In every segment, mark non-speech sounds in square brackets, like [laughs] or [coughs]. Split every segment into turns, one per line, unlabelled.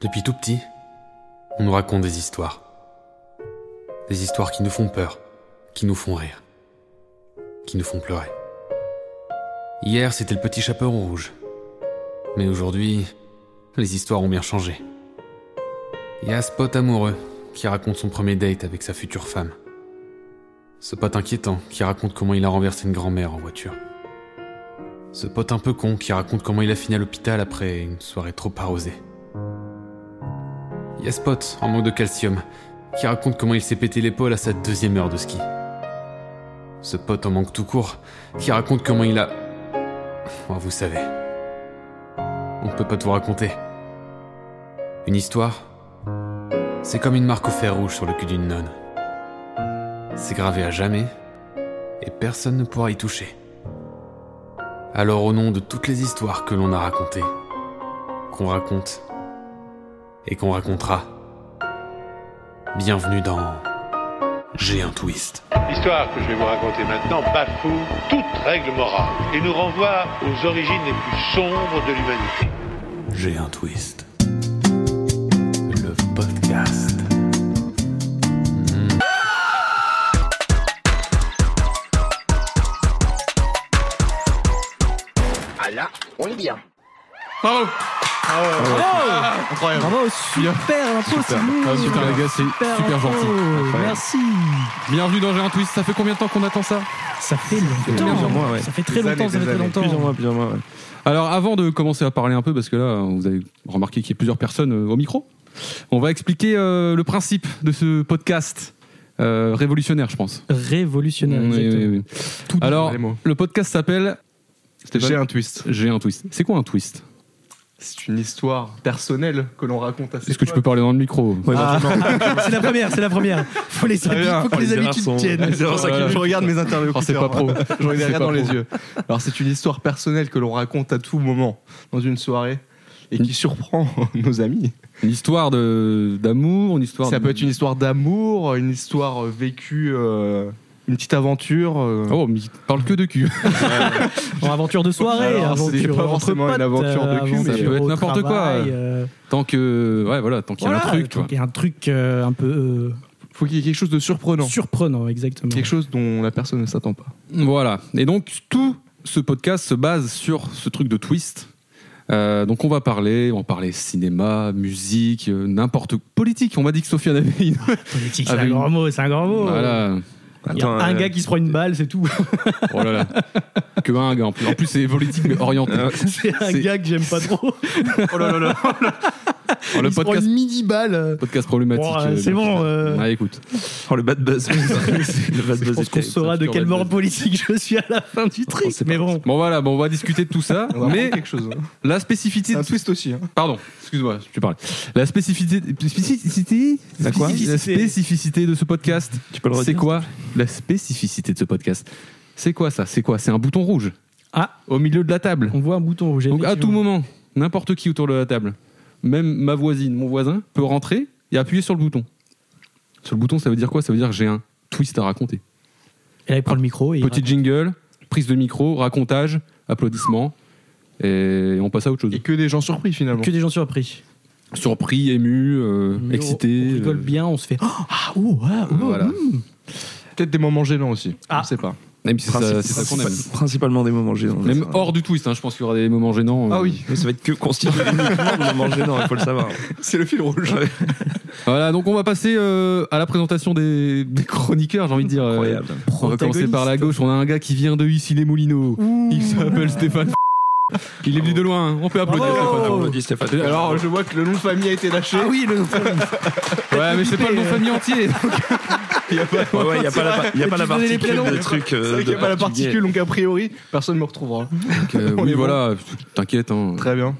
Depuis tout petit, on nous raconte des histoires. Des histoires qui nous font peur, qui nous font rire, qui nous font pleurer. Hier, c'était le petit chaperon rouge. Mais aujourd'hui, les histoires ont bien changé. Il y a ce pote amoureux qui raconte son premier date avec sa future femme. Ce pote inquiétant qui raconte comment il a renversé une grand-mère en voiture. Ce pote un peu con qui raconte comment il a fini à l'hôpital après une soirée trop arrosée. Il y a ce pote en manque de calcium qui raconte comment il s'est pété l'épaule à sa deuxième heure de ski. Ce pote en manque tout court qui raconte comment il a... Oh, vous savez. On ne peut pas tout raconter. Une histoire, c'est comme une marque au fer rouge sur le cul d'une nonne. C'est gravé à jamais, et personne ne pourra y toucher. Alors au nom de toutes les histoires que l'on a racontées, qu'on raconte, et qu'on racontera, bienvenue dans J'ai un twist.
L'histoire que je vais vous raconter maintenant bafoue toute règle morale et nous renvoie aux origines les plus sombres de l'humanité.
J'ai un twist. Le podcast.
Ah là, on est bien.
Bravo Incroyable
Bravo, Oh super l'impôt, c'est nous
Ah, super, les gars, c'est super
info.
gentil.
Merci
Bienvenue dans J'ai un twist, ça fait combien de temps qu'on attend ça
Ça fait longtemps
plusieurs
hein. Ça fait très longtemps, ça fait très longtemps.
Oh,
Alors avant de commencer à parler un peu, parce que là vous avez remarqué qu'il y a plusieurs personnes euh, au micro, on va expliquer euh, le principe de ce podcast euh, révolutionnaire je pense.
Révolutionnaire,
Oui,
exactement.
oui, oui. Alors
les mots.
le podcast s'appelle...
J'ai
Stéphane
un twist.
J'ai un twist. C'est quoi un twist
C'est une histoire personnelle que l'on raconte à ses
Est-ce que tu peux parler dans le micro
Ah, [laughs] c'est la première, c'est la première. Faut les habitudes, faut
Oh,
que les habitudes tiennent.
[laughs] C'est pour ça que je regarde mes interlocuteurs.
Oh, c'est pas pro.
[laughs] J'en ai
C'est
rien
pas
dans les
pro.
yeux. Alors, c'est une histoire personnelle que l'on raconte à tout moment, dans une soirée, et qui surprend [laughs] nos amis.
Une histoire de- d'amour, une histoire...
Ça
de-
peut être une histoire d'amour, une histoire euh, vécue, euh, une petite aventure. euh,
Oh, mais il parle que de cul. [laughs]
En aventure de soirée,
Alors, c'est
aventure
pas
entre
forcément
potes,
une aventure de
euh,
cul, mais
aventure
ça peut être
au
n'importe quoi.
travail, euh,
Tant que... Ouais, voilà, tant qu'il y a
voilà,
un truc. tu vois.
donc Il y a un truc euh, un peu
Faut qu'il y ait quelque chose de
euh,
surprenant.
surprenant, exactement.
Quelque chose dont la personne ne s'attend pas.
Voilà. Et donc, tout ce podcast se base sur ce truc de twist. Euh, donc, on va parler, on va parler cinéma, musique, euh, n'importe politique. On m'a dit que Sophie en avait une.
Politique, c'est
Avec-
un grand mot, c'est un grand mot.
Voilà.
Il y a
euh,
un
euh,
gars qui se prend une balle, c'est tout.
Oh là là. Que un gars. En plus, en plus, c'est politique, mais orienté.
Euh,
euh,
C'est un
C'est-
gars que j'aime pas trop.
[laughs] Oh là là là. Oh, le
Il se prend
podcast,
une mini balle.
podcast problématique.
Bon, euh,
euh,
c'est
donc,
bon, euh,
Ah, écoute.
[laughs] Oh, le bad buzz. [laughs] le bad
Je
buzz
pense qu'on saura de quelle mort politique je suis à la fin du truc. Mais bon,
Bon, voilà, bon, on va discuter de tout ça.
On va raconter
mais
quelque chose. hein.
la spécificité.
C'est un twist aussi. hein.
Pardon, excuse-moi, je parle. La spécificité. Spécificité
La quoi
La spécificité de ce podcast.
Tu peux le redire
C'est quoi la spécificité de ce podcast C'est quoi ça C'est quoi C'est un bouton rouge.
Ah.
Au milieu de la table.
on voit un bouton rouge.
Donc à tout
effectivement.
moment, n'importe qui autour de la table, même ma voisine, mon voisin, peut rentrer et appuyer sur le bouton. Sur le bouton, ça veut dire quoi Ça veut dire que j'ai un twist à raconter.
Et là, il prend le micro et il
Petit jingle, prise de micro, racontage, applaudissements, et on passe à autre chose.
Et que des gens surpris
raconte.
finalement.
que des gens surpris.
Surpris, ému, euh,
Mais on-
excité.
On rigole
euh,
bien, on se fait. Ah, ouh, ah, ouh.
Voilà.
Euh, Peut-être des moments gênants aussi.
Ah.
On sait pas.
Même si c'est ça, c'est ça qu'on aime.
Principalement des moments gênants.
Même hors du twist, hein, je pense qu'il y aura des moments gênants. euh.
Ah oui.
oh, Mais ça va être que constitué uniquement de moments gênants, il faut le [laughs] savoir.
C'est le fil rouge.
Voilà, donc on va passer euh, à la présentation des, [laughs] des chroniqueurs, j'ai envie de dire. euh,
Incroyable.
on va commencer par la gauche. On a un gars qui vient de ici, les Moulineaux. Il s'appelle Stéphane. Il est venu de loin. hein. On peut applaudir
On
Stéphane. hein.
applaudit Oh, Stéphane.
Alors, je vois que le nom de famille a été lâché.
Ah oui, le.
Ouais, mais c'est pas le nom de famille entier.
Ouais, ouais, il n'y a pas la, y a pas la
Tu donnais les
particule
prénoms.
Euh, de truc.
C'est vrai qu'il n'y a pas la particule, donc a priori, personne ne me retrouvera.
[laughs] Donc, euh,
On
oui,
est
voilà, t'inquiète, hein,
Très bien.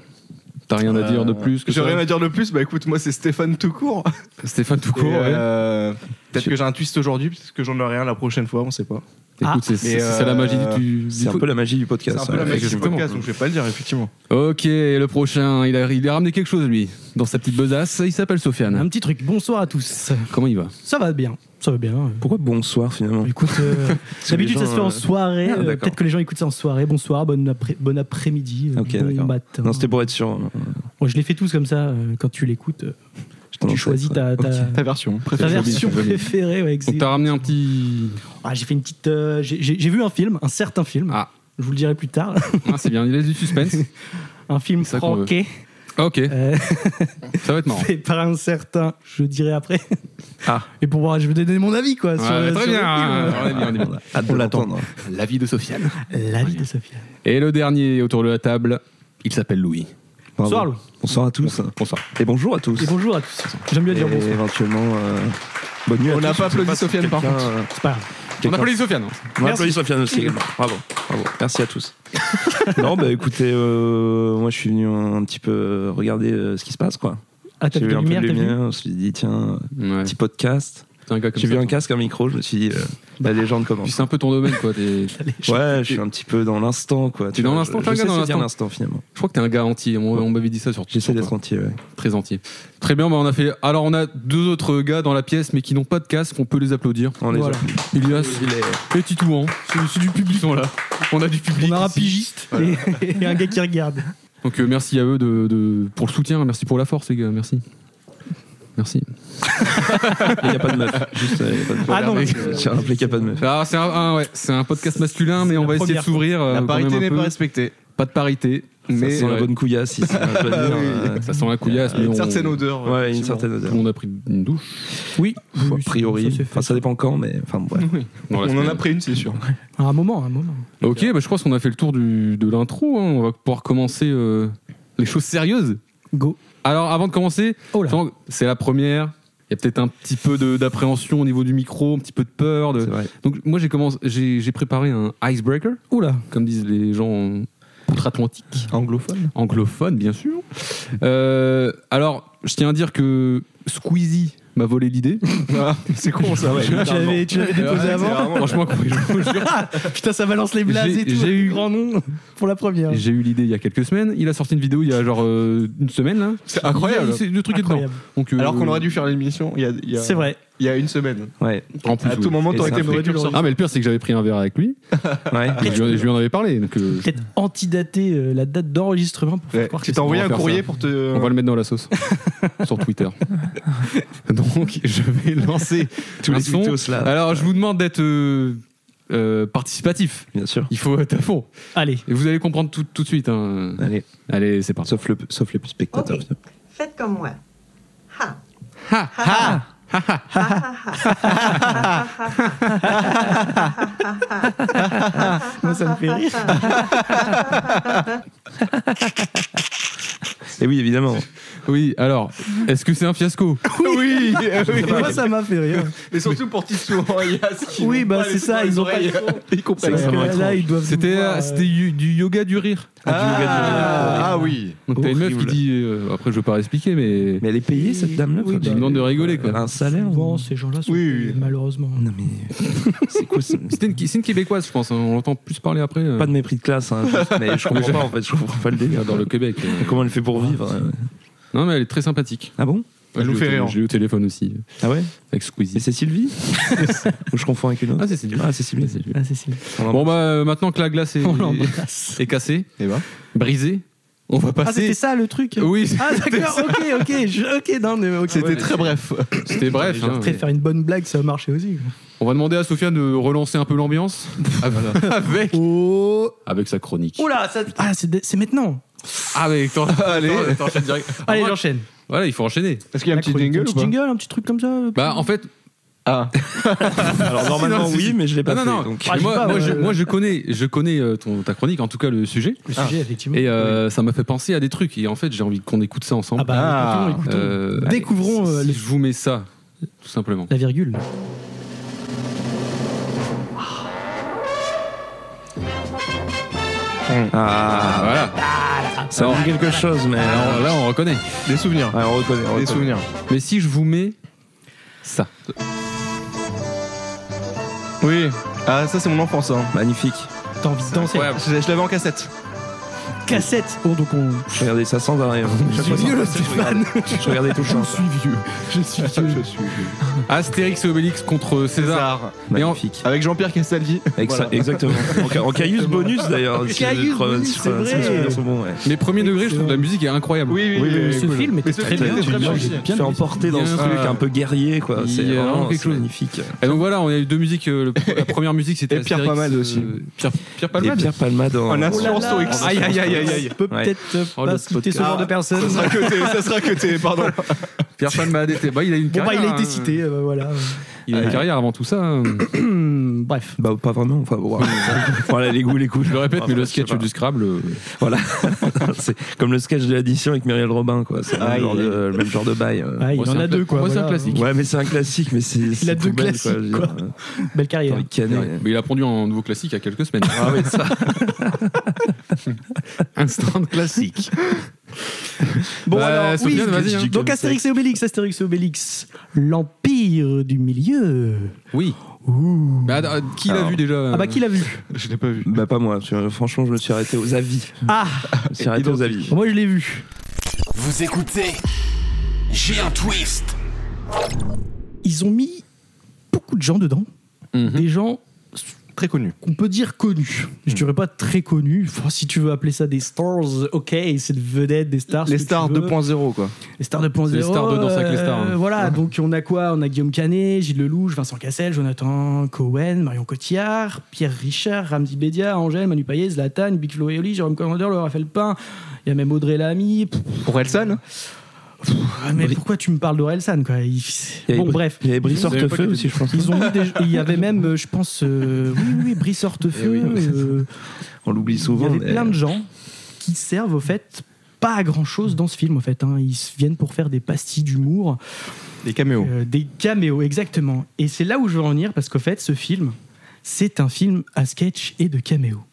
t'as rien à dire de plus que
J'ai
ça.
rien à dire de plus. Bah écoute, moi c'est Stéphane tout court.
Stéphane tout court.
Et,
ouais.
euh, Peut-être
Je-
que j'ai un twist aujourd'hui, peut-être que j'en aurai un la prochaine fois, on sait pas.
Écoute, c'est
Mais,
c'est- c'est ça la magie
euh,
du. du-
C'est un peu la magie du
C'est
podcast.
un peu la
ouais,
magie du
exactement.
podcast, donc je vais pas le dire, effectivement.
Ok, le prochain, il a, il a ramené quelque chose lui, dans sa petite besace. Il s'appelle Sofiane.
Un petit truc. Bonsoir à tous.
Comment il va
Ça va bien. Ça va bien.
Pourquoi bonsoir finalement
Écoute, euh, d'habitude
les
ça se fait
gens,
en
euh,
soirée.
ah,
euh,
d'accord.
Peut-être que les gens écoutent ça en soirée. Bonsoir, bon, après, bon après-midi, euh,
Ok,
bon
d'accord.
matin.
Non, c'était pour être sûr.
Bon, je les fais tous comme ça euh, quand tu l'écoutes. euh, tu choisis ta, ta,
Ta version.
ta version préférée. ouais,
Donc
c'est-
t'as ramené un petit.
Ah, j'ai fait une petite. euh, j'ai- j'ai j'ai vu un film, un certain film.
Ah.
Je vous le dirai plus tard. [laughs]
Ah, c'est bien, il laisse du suspense.
un film
C'est ça qu'on veut.
franqué
[laughs] Ok, [laughs]
euh,
ça va être marrant.
fait par un certain. Je dirai après.
Ah.
Et pour voir, je vais donner mon avis quoi. sur,
Ouais,
euh,
très
sur
bien,
le film, euh.
hein, on est bien, on est bien.
Hâte de l'attendre.
La vie de Sofiane.
L'avis Euh, de Sophia.
Et le dernier autour de la table, il s'appelle Louis.
Bonsoir Lou.
Bonsoir à tous.
Bonsoir.
Et bonjour à tous.
Et bonjour à tous. J'aime bien
Et
dire bonsoir.
éventuellement, euh, bonne nuit à
On
tous.
n'a pas
Je sais
applaudi
si
Sofiane, par
quelqu'un,
contre.
euh,
C'est pas grave.
On
quelqu'un-
applaudit Sofiane. hein.
On applaudit Sofiane aussi également. Bravo, bravo. Merci à tous. [laughs] non, bah écoutez, euh, moi je suis venu un, petit peu regarder euh, ce qui se passe quoi.
Ah, t'as
J'ai
vu
vu
la
un peu de
lumière, t'as vu
lumière, je me suis dit tiens,
Ouais.
petit podcast.
T'es un gars comme
J'ai
ça,
vu un
toi.
casque, un micro, je me suis dit euh, la légende
Puis
commence.
c'est un peu ton domaine, quoi. t'es- Je
[laughs] Allez, Bah, je-
Ouais, je suis un petit peu dans l'instant quoi.
T'es dans
vois,
l'instant,
je-
t'es un
je
gars
sais
dans
c'est bien
l'instant.
l'instant finalement.
crois que t'es un gars entier. On, on m'avait dit ça sur
J'essaie
sur
d'être
toi.
entier. Ouais.
Très entier. Très bien, bah, on a fait. Alors, on a deux autres gars dans la pièce, mais qui n'ont pas de casque. On peut les applaudir.
On les
Voilà.
a.
Ilias et Titouan. C'est c'est du public, ils sont là. On a du public.
On a un
ici.
pigiste et, [laughs] et un gars qui regarde.
Donc euh, merci à eux de, de- pour le soutien, merci pour la force les gars, merci. Merci.
Il n'y a pas
[laughs]
de meuf. Juste, euh, il y a pas de meuf.
Ah non, mais-
J'ai rappelé qu'il n'y a
[laughs]
pas de meuf.
Ah, c'est un, ah, ouais, c'est un podcast masculin, mais
c'est
on
la
va essayer de
première fois.
s'ouvrir. euh,
La
quand
parité
même un
n'est
peu.
pas respectée.
Pas de parité, mais
Mais ça sent la
ouais,
bonne couillasse, si c'est un
[laughs]
peu à dire,
Ah oui.
euh,
ça sent la couillasse. Ah, mais
Une
on-
certaine odeur.
Ouais, il y a une
effectivement.
certaine
tout
odeur.
le monde a pris une douche.
Oui,
a priori.
ça s'est fait.
enfin, ça dépend quand, mais enfin, ouais.
dans la
euh, On en a
semaine.
pris une, c'est sûr.
À un moment, à un moment.
Ok, bah, je crois qu'on a fait le tour du, de l'intro. hein. On va pouvoir commencer euh, les choses sérieuses.
Go.
Alors, avant de commencer,
Oh là.
sans- c'est la première. Il y a peut-être un petit peu de- d'appréhension au niveau du micro, un petit peu de peur. de-
C'est vrai.
Donc, moi, j'ai commencé- j'ai j'ai préparé un icebreaker.
Oula.
comme disent les gens outre-Atlantique,
Anglophone.
anglophones bien sûr. Euh, alors, je tiens à dire que Squeezie m'a volé
[laughs]
l'idée.
C'est con ça, ouais.
Tu l'avais tu l'avais déposé
Alors,
avant
Franchement, je vous jure,
Putain, ça balance les blazes
J'ai-
et tout.
j'ai eu-
grand nom pour la première.
j'ai eu l'idée il y a quelques semaines. Il a sorti une vidéo il y a genre euh, une semaine là.
C'est incroyable.
Il- c'est- Le truc est dedans.
Incroyable.
Donc, euh,
Alors qu'on aurait dû faire l'émission il y a- il y a-
C'est vrai.
il y a une semaine.
Ouais,
En plus,
À
oui.
tout moment,
Et
t'aurais
ça
été
fait
mauvais
du
curseur.
lent.
Ah mais le pire c'est que j'avais pris un verre avec lui.
ouais.
Je lui, en- je lui en avais parlé. Donc, euh,
Peut-être antidater euh, la date d'enregistrement pour faire
Ouais.
croire que
Ah, Tu t'as envoyé
on
un
va faire
courrier
ça.
pour te.
on va le mettre dans la
[laughs]
sauce sur Twitter. Donc je vais lancer
Tous
un
les
son.
twittos là.
Alors je vous demande d'être euh, euh, participatif.
Bien sûr.
Il faut être à fond.
c'est- Allez.
Et vous allez comprendre tout, tout de suite. hein.
Allez,
Allez, c'est parti.
sauf, le, sauf les spectateurs.
Oh,
Ok. Faites comme moi. Ha.
Ha,
ha.
Moi, ça me fait rire.
Et oui, évidemment.
Oui, alors, est-ce que c'est un fiasco
Oui,
[laughs]
Moi, ça m'a fait rire.
Et surtout pour Tissou
bah, [laughs] Oui, bah c'est ça, ils ont pas.
Ils
Parce
comprennent
que
rien.
Là, ils doivent.
C'était
voir,
euh,
euh,
c'était du, du yoga du rire.
Ah, ah oui.
Donc t'as une meuf qui
Horrible.
dit, euh, après je veux pas expliquer, mais,
Mais elle est payée, cette dame-là
Oui,
faut
bah,
lui
demande de rigoler, quoi.
Elle a un salaire.
Souvent, ces gens-là sont
Oui, oui.
payés, malheureusement.
Non, mais. C'est quoi ce-
c'était une, c'est une québécoise, je pense. hein. On l'entend plus parler après. euh,
Pas de mépris de classe, hein, juste, mais je comprends pas en fait, je comprends pas le délire.
dans le Québec. euh.
Comment elle fait pour vivre euh.
Non, mais elle est très sympathique.
Ah bon
Elle nous
Je l'ai au
fait
tél-
rire.
Je l'ai au téléphone aussi, euh,
Ah ouais
avec
Et
Squeezie.
c'est Sylvie Ou je confonds avec une autre
Ah, c'est Sylvie.
Ah, c'est Sylvie.
Ah, c'est Sylvie.
Bon, bah, euh, maintenant que la glace est,
On l'embrasse.
est cassée,
Et bah.
brisée, on va
Ah, c'était
passer.
ça le truc
oui,
Ah, d'accord, ok, ok, je- ok, non, mais ok.
C'était très bref.
c'était bref. hein.
Après, faire une bonne blague, ça va marcher aussi.
On va demander à Sofiane de relancer un peu [laughs] l'ambiance avec,
Oh
Ah, avec sa chronique.
Oula, ça... ah, c'est de- c'est maintenant.
Ah mais [laughs] attends,
Allez.
attends, je te dirais-
Allez,
Moi,
j'enchaîne.
Voilà, il faut enchaîner.
Est-ce qu'il y a un petit jingle
un
ou
petit
pas
jingle, un petit truc comme ça. euh,
Bah en fait,
Ah,
Alors normalement
Non, si, si.
oui, mais je l'ai pas
non,
fait.
non, non.
donc.
Ah, je sais
moi,
pas,
moi,
ouais,
je,
ouais.
moi, je connais, je connais euh, ton, ta chronique, en tout cas le sujet,
Le sujet, effectivement.
et euh, ça m'a fait penser à des trucs. Et en fait, j'ai envie qu'on écoute ça ensemble.
Ah bah,
Ah.
écoutons, écoutons.
Euh,
Découvrons,
si-
euh,
si
les-
Je vous mets ça, tout simplement.
la virgule.
Ah,
Voilà.
ça me dit quelque chose, mais
Ah.
Alors, là, on reconnaît.
des souvenirs.
Ouais, on reconnaît. on
Des
reconnaît.
souvenirs.
Mais si je vous mets ça,
Oui. Ah, ça, c'est mon enfance. hein.
Magnifique.
T'as envie de danser.
Je, Ah, je l'avais en [laughs] cassette.
Cassette. Oh, donc on.
Regardez ça sans arrêt. hein. Chaque fois,
vieux, là,
je regardais- Je regardais tout le temps. ça.
Ah,
Astérix et Obélix contre César.
César.
Et en-
Magnifique.
Avec Jean-Pierre Castaldi.
Avec ça-
Voilà.
Exactement. En ca- En caillus bonus d'ailleurs. si
Caius
je crois-
bonus,
si je crois-
c'est
si mes
vrai.
souvenirs sont bons, ouais.
Mais premier degré, je trouve que la musique est incroyable.
Oui, oui, oui.
ce
oui, oui.
film était
Mais ce
très bien.
était
Tu
très bien.
te fais emporter dans ce
bien.
truc hein. un peu guerrier, quoi. C'est
Il y a
vraiment
vraiment quelque
c'est
chose.
magnifique.
Et donc voilà, on a eu deux musiques. euh, le- la première musique, c'était
Et Pierre
Astérix,
Palmade
euh,
aussi.
Pierre, Pierre
Et
Palmade
Pierre Palmade en-
En assurance
là.
au X.
Aïe, aïe, aïe, aïe, aïe.
peut
Ouais.
peut-être euh,
Oh,
pas
le
citer ce
podcast.
genre de
Ça
personne.
[laughs]
sera que t'es, ça sera que t'es, pardon.
Pierre Palmade était. Bah, il a une
Bon, bah,
carrière.
il a été
hein.
cité, euh, voilà.
Il a une carrière avant tout ça. hein.
Hum, Bref.
Bah, pas vraiment. Enfin, bon, voilà. [laughs] voilà, les goûts, les coups.
Je le répète, mais le
sais
sketch
pas.
du Scrabble. euh,
Voilà. [laughs] c'est comme le sketch de l'addition avec Muriel Robin, quoi. C'est le, même
Aïe,
genre de-
aïe.
le même genre de bail. euh.
Ah, il
moi,
en
c'est
a
un
deux,
cla-
quoi.
moi, c'est un
voilà.
classique.
Ouais, mais c'est un classique, mais c'est. Il
a deux classiques, quoi. Belle carrière.
Ouais, Mais il a produit un nouveau classique il y a quelques semaines. Ah oui, ça. [laughs] Instant classique.
Bon,
Bah,
alors, oui,
Sofiane, vas-y, hein.
donc Astérix et Obélix, Astérix et Obélix, l'Empire du Milieu.
Oui.
Ouh.
Bah, attends, qui l'a
Alors.
vu déjà
Ah bah qui l'a vu
Je l'ai pas vu.
Bah, pas moi. parce que, euh, Franchement, je me suis arrêté
[laughs]
aux avis.
Ah
Je me suis arrêté aux avis.
Moi je l'ai vu.
Vous écoutez J'ai un twist
Ils ont mis beaucoup de gens dedans.
Mhm.
Des gens
Très connu.
qu'on peut dire connus.
Hmm.
Je dirais pas très connus. Enfin, si tu veux appeler ça des stars, ok, c'est des vedettes, des stars. ce
Les
que tu
stars
veux.
2.0, quoi.
Les stars 2.0.
C'est les stars de Danse avec les stars, hein.
euh, voilà, donc on a quoi On a Guillaume Canet, Gilles Lelouch, Vincent Cassel, Jonathan Cohen, Marion Cotillard, Pierre Richard, Ramzi Bédia, Angèle, Manu Payet, Zlatan, Big Flo et Oli, Jérôme Commander, Laura Felpin. Il y a même Audrey Lamy. Pff,
Orelsan
mais pourquoi tu me parles d'Orelsan quoi Il-
Il y avait
Bon,
Bri-
bref.
Il y avait Brice
Vous avez pas
Hortefeux
que-
aussi, je pense.
Ils ont mis des- Il y avait même, euh, je pense, euh, oui, oui, oui, Brice
Eh
Hortefeux.
oui, oui, c'est ça.
euh,
On l'oublie
Il y
souvent.
avait
mais-
plein de gens qui servent au fait pas à grand chose dans ce film en fait. hein. Ils viennent pour faire des pastilles d'humour,
Des caméos.
euh, des caméos exactement. Et c'est là où je veux en venir parce qu'au fait ce film, c'est un film à sketch et de caméos.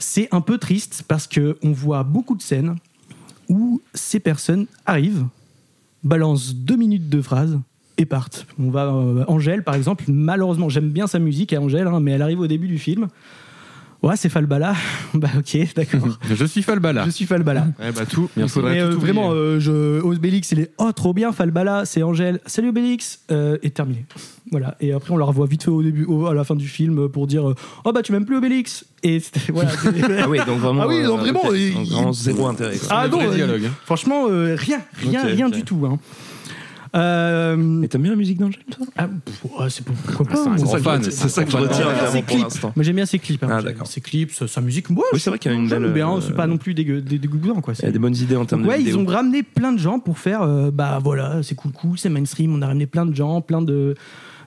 C'est un peu triste parce que on voit beaucoup de scènes où ces personnes arrivent, balancent deux minutes de phrases et partent. On va euh, Angèle par exemple. Malheureusement, j'aime bien sa musique à Angèle, hein, mais elle arrive au début du film. Ouais, c'est Falbala. [laughs] bah ok, d'accord.
euh, Je suis Falbala.
Je suis Falbala.
Ouais, bah tout.
Merci.
Mais euh, vraiment, euh, je, Obélix, il est oh trop bien, Falbala, c'est Angèle, salut Obélix, euh, et terminé. Voilà. Et après, on la revoit vite fait au début, au- à la fin du film, pour dire euh, oh bah tu m'aimes plus Obélix. Et c'était- [laughs]
[laughs]
voilà. c'est-
Ah oui, donc vraiment.
Ah oui, non,
euh,
vraiment,
ok.
il-
Donc vraiment zéro intérêt. quoi.
ah
Le vrai
euh,
dialogue, hein.
Franchement, euh, rien, rien,
Ok,
rien
ok.
du tout. Hein. Euh,
Mais t'aimes bien la musique d'Angèle, toi
ah, pff, ouais, c'est pour- pourquoi pas
un
moi.
gros
Moi,
fan.
Ah, C'est ça que je retiens
j'aime bien
vraiment
ses
pour
clips.
l'instant.
Moi, j'aime bien ses clips. hein.
Ah,
J'aime
d'accord.
Ses clips, sa, sa musique. Moi,
Oui, c'est vrai qu'il y a une
j'aime
belle.
bien,
euh,
c'est pas non plus dégueu- dé- dégoûtant quoi.
Il y a
C'est-
des bonnes idées en termes
Donc
de.
ouais, ils
vidéo.
ont ramené plein de gens pour faire, euh, bah voilà, c'est cool, cool, c'est mainstream. On a ramené plein de gens, plein de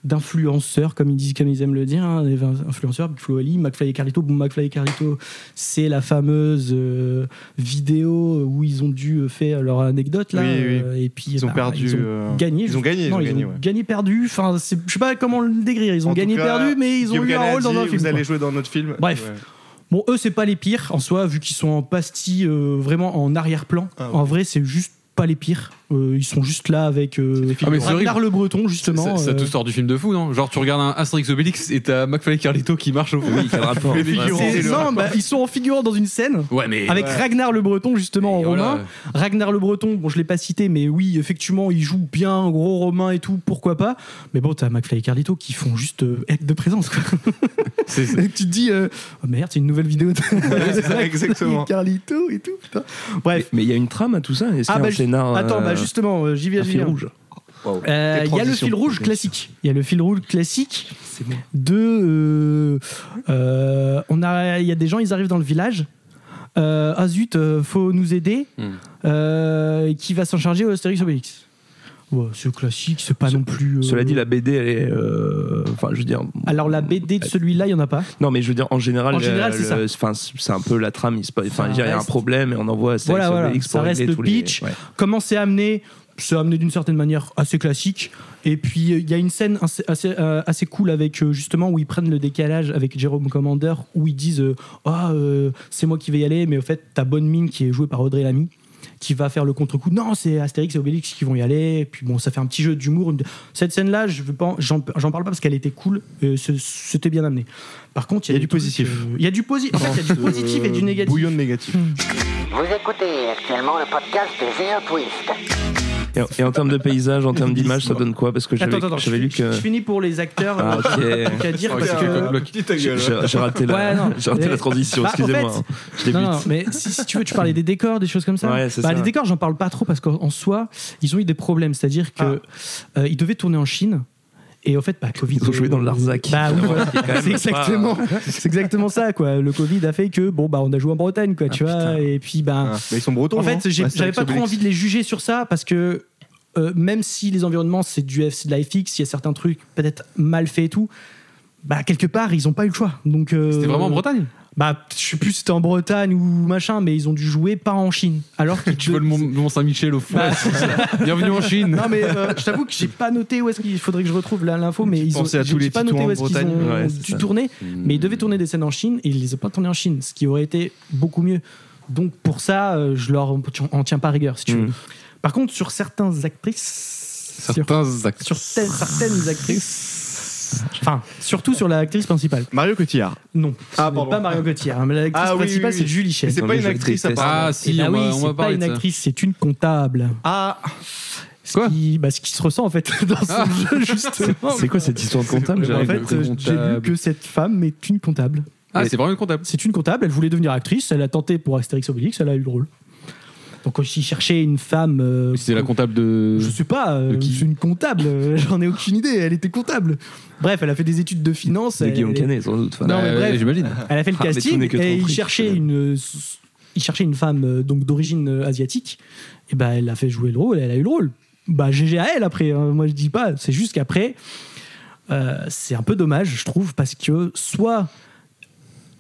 d'influenceurs, comme ils disent, comme ils aiment le dire, hein, des influenceurs, Big Flo et Oli, McFly et Carlito. Bon, McFly et Carlito, c'est la fameuse euh, vidéo où ils ont dû euh, faire leur anecdote là,
Oui, oui.
euh, et puis
Ils ont
bah,
perdu.
ils ont
euh,
gagné,
Ils ont gagné.
non,
ils ont
ils
gagné,
ont
ouais.
gagné, perdu. Enfin, c'est- je sais pas comment le décrire. Ils ont
En tout
gagné,
cas,
perdu, mais ils ont
Guillaume
eu un
Canet
rôle dans
dit,
un film.
Vous
quoi.
allez jouer dans notre film.
Bref.
Ouais.
Bon, eux, c'est pas les pires en soi, vu qu'ils sont en pastille euh, vraiment en arrière-plan.
Ah,
En vrai, c'est juste pas les pires. Euh, ils sont juste là avec euh,
Ah, mais c'est
Ragnar le Breton, justement.
Ça, ça
euh,
te sort du film de fou, non Genre, tu regardes un Asterix Obélix et t'as McFly et Carlito qui marche au fond.
Oui, quel rapport.
Les figurants.
c'est-
C'est le
non,
rapport.
bah, ils sont en figurant dans une scène.
Ouais, mais.
Avec Ragnar le Breton, justement, en
Et voilà.
romain. Ragnar le Breton, bon, je l'ai pas cité, mais oui, effectivement, il joue bien, gros romain et tout, pourquoi pas. Mais bon, t'as McFly et Carlito qui font juste euh, acte de présence, quoi.
[laughs] C'est-
Et tu te dis, euh, oh merde, c'est une nouvelle vidéo de
c'est ça, exactement.
Carlito et tout, putain. Bref.
Mais il y a une trame à tout ça. Est-ce
Ah,
qu'il y a
bah,
un
ju-
scénar
Attends,
euh,
bah justement, euh, j'y viens.
un
j'y
fil
viens.
rouge
Euh,
Quelle
Il y a le
transition,
fil rouge
bien
classique. Il y a le fil rouge classique de. euh, euh, on a, il y a des gens, ils arrivent dans le village. Euh, ah zut, euh, faut nous aider.
Hmm.
Euh, qui va s'en charger au Astérix Obélix Ouais, C'est classique, c'est pas non plus. euh,
Cela dit, la BD, elle est. euh, Enfin, je veux dire.
Alors la BD de celui-là, il y en a pas.
Non, mais je veux dire, en général,
En
le-
général, c'est
le- enfin, c'est un peu la trame. il se pa-
Ça
Enfin, je veux dire, il y a un
reste-
problème et on envoie à
Voilà,
Astérix
voilà.
Obélix
Ça
pour
reste
régler
le
tous les-
pitch.
ouais.
Comment c'est amené C'est amené d'une certaine manière assez classique. Et puis euh, il y a une scène assez, assez, euh, assez cool avec euh, justement où ils prennent le décalage avec Jérôme Commander où ils disent euh, Ah, euh, c'est moi qui vais y aller, mais au fait, ta bonne mine qui est jouée par Audrey Lamy. qui va faire le contre-coup. Non, c'est Astérix et Obélix qui vont y aller. Et puis bon, ça fait un petit jeu d'humour. Une- Cette scène-là, je veux pas, j'en, j'en parle pas parce qu'elle était cool. euh, ce- c'était bien amené. Par contre, il y a,
Il y a
des
du
trucs,
positif.
euh, Il y a du positif. En fait, il y a du positif et du négatif.
Bouillon de négatif.
Vous écoutez actuellement le podcast de Géant Twist.
Et, et en termes de paysage, en termes d'image, ça donne quoi Parce que j'avais
Attends, attends,
j'avais
je,
lu que.
je finis pour les acteurs.
Ah, ok.
euh, donc à dire
Ouais,
parce
c'est
que-
quelqu'un bloc.
Dis ta
J'ai- J'ai j'ai raté, la,
Ouais,
[laughs]
non.
j'ai raté
Mais-
la transition,
Bah, en
excusez-moi.
fait-
hein. Je débute.
Non, non, mais si, si tu veux, tu parlais des décors, des choses comme ça.
Ouais, c'est
Bah,
ça.
Les décors, j'en parle pas trop parce qu'en en soi, ils ont eu des problèmes. C'est-à-dire que euh, ils devaient tourner en Chine. Et en fait, bah, Covid.
Ah. Ils ont joué dans le Larzac.
Bah
[laughs]
oui, voilà.
Qui est quand même
C'est
pas-
exactement, [laughs] c'est exactement ça, quoi. Le Covid a fait que, bon, bah, on a joué en Bretagne,
Ah,
quoi, tu vois. Et puis, bah,
Ah, mais ils sont bretons.
en
non
fait, j'ai-
Astérix,
j'avais pas trop
Obélix.
envie de les juger sur ça parce que euh, même si les environnements c'est du FC de la FX, il y a certains trucs peut-être mal faits et tout. Bah quelque part ils ont pas eu le choix. Donc euh,
C'était vraiment en Bretagne
Bah je sais plus si c'était en Bretagne ou machin, mais ils ont dû jouer pas en Chine. Alors
[laughs]
que
Tu veux le Mont- Mont Saint-Michel au fond Bienvenue en Chine
non mais euh, je t'avoue que j'ai pas noté où est-ce qu'il faudrait que je retrouve la- l'info, mais ils ont
pensais à
j'ai-
tous
j'ai
les
pas
titous
noté
en
où est-ce qu'ils
Bretagne.
ont
Ouais, c'est
dû
ça.
tourner,
Hmm.
mais ils devaient tourner des scènes en Chine et ils les ont pas tournées en Chine, ce qui aurait été beaucoup mieux. Donc pour ça, euh, je leur en en tiens pas rigueur si tu
Hmm.
veux.
Mm.
Par contre, sur certaines actrices, sur,
Certains acteurs.
sur tel- certaines actrices, enfin surtout sur l'actrice principale.
Mario Cotillard.
Non, ce
Ah,
n'est
pardon.
pas Marion Cotillard, hein, mais l'actrice
Ah oui, oui,
principale
oui.
c'est Julie Chen.
C'est
Non,
pas
mais
une
je
actrice,
déteste.
apparemment.
Ah
Eh
si,
ben
on
oui,
va- on
c'est
va
pas
parler
une
de ça.
actrice, c'est une comptable.
Ah,
Ce
Quoi Ah.
qui, bah, ce qui se ressent en fait [laughs] dans son jeu
[laughs]
justement.
C'est quoi cette histoire de comptable
C'est-
Ah, En
J'arrive
fait,
à être
euh, j'ai lu
comptable.
que cette femme est une comptable.
Ah, c'est vraiment une comptable.
C'est une comptable, elle voulait devenir actrice, elle a tenté pour Astérix Obélix, elle a eu le rôle. Donc aussi chercher une femme... euh,
C'est la comptable de.
je sais pas, euh,
De qui
c'est une comptable, [laughs] euh, j'en ai aucune idée, elle était comptable. Bref, elle a fait des études de finance,
de
elle,
Guillaume Canet, sans doute. enfin.
Non, mais
Ouais,
bref.
Euh, J'imagine.
[laughs] elle a fait le
Ah, mais tout
casting
n'est que
et il
tromperie,
cherchait
je connais.
une, euh, il cherchait une femme euh, donc d'origine euh, asiatique, et ben elle a fait jouer le rôle, elle a eu le rôle. Bah GG à elle après, hein, moi je dis pas, c'est juste qu'après, euh, c'est un peu dommage je trouve parce que soit...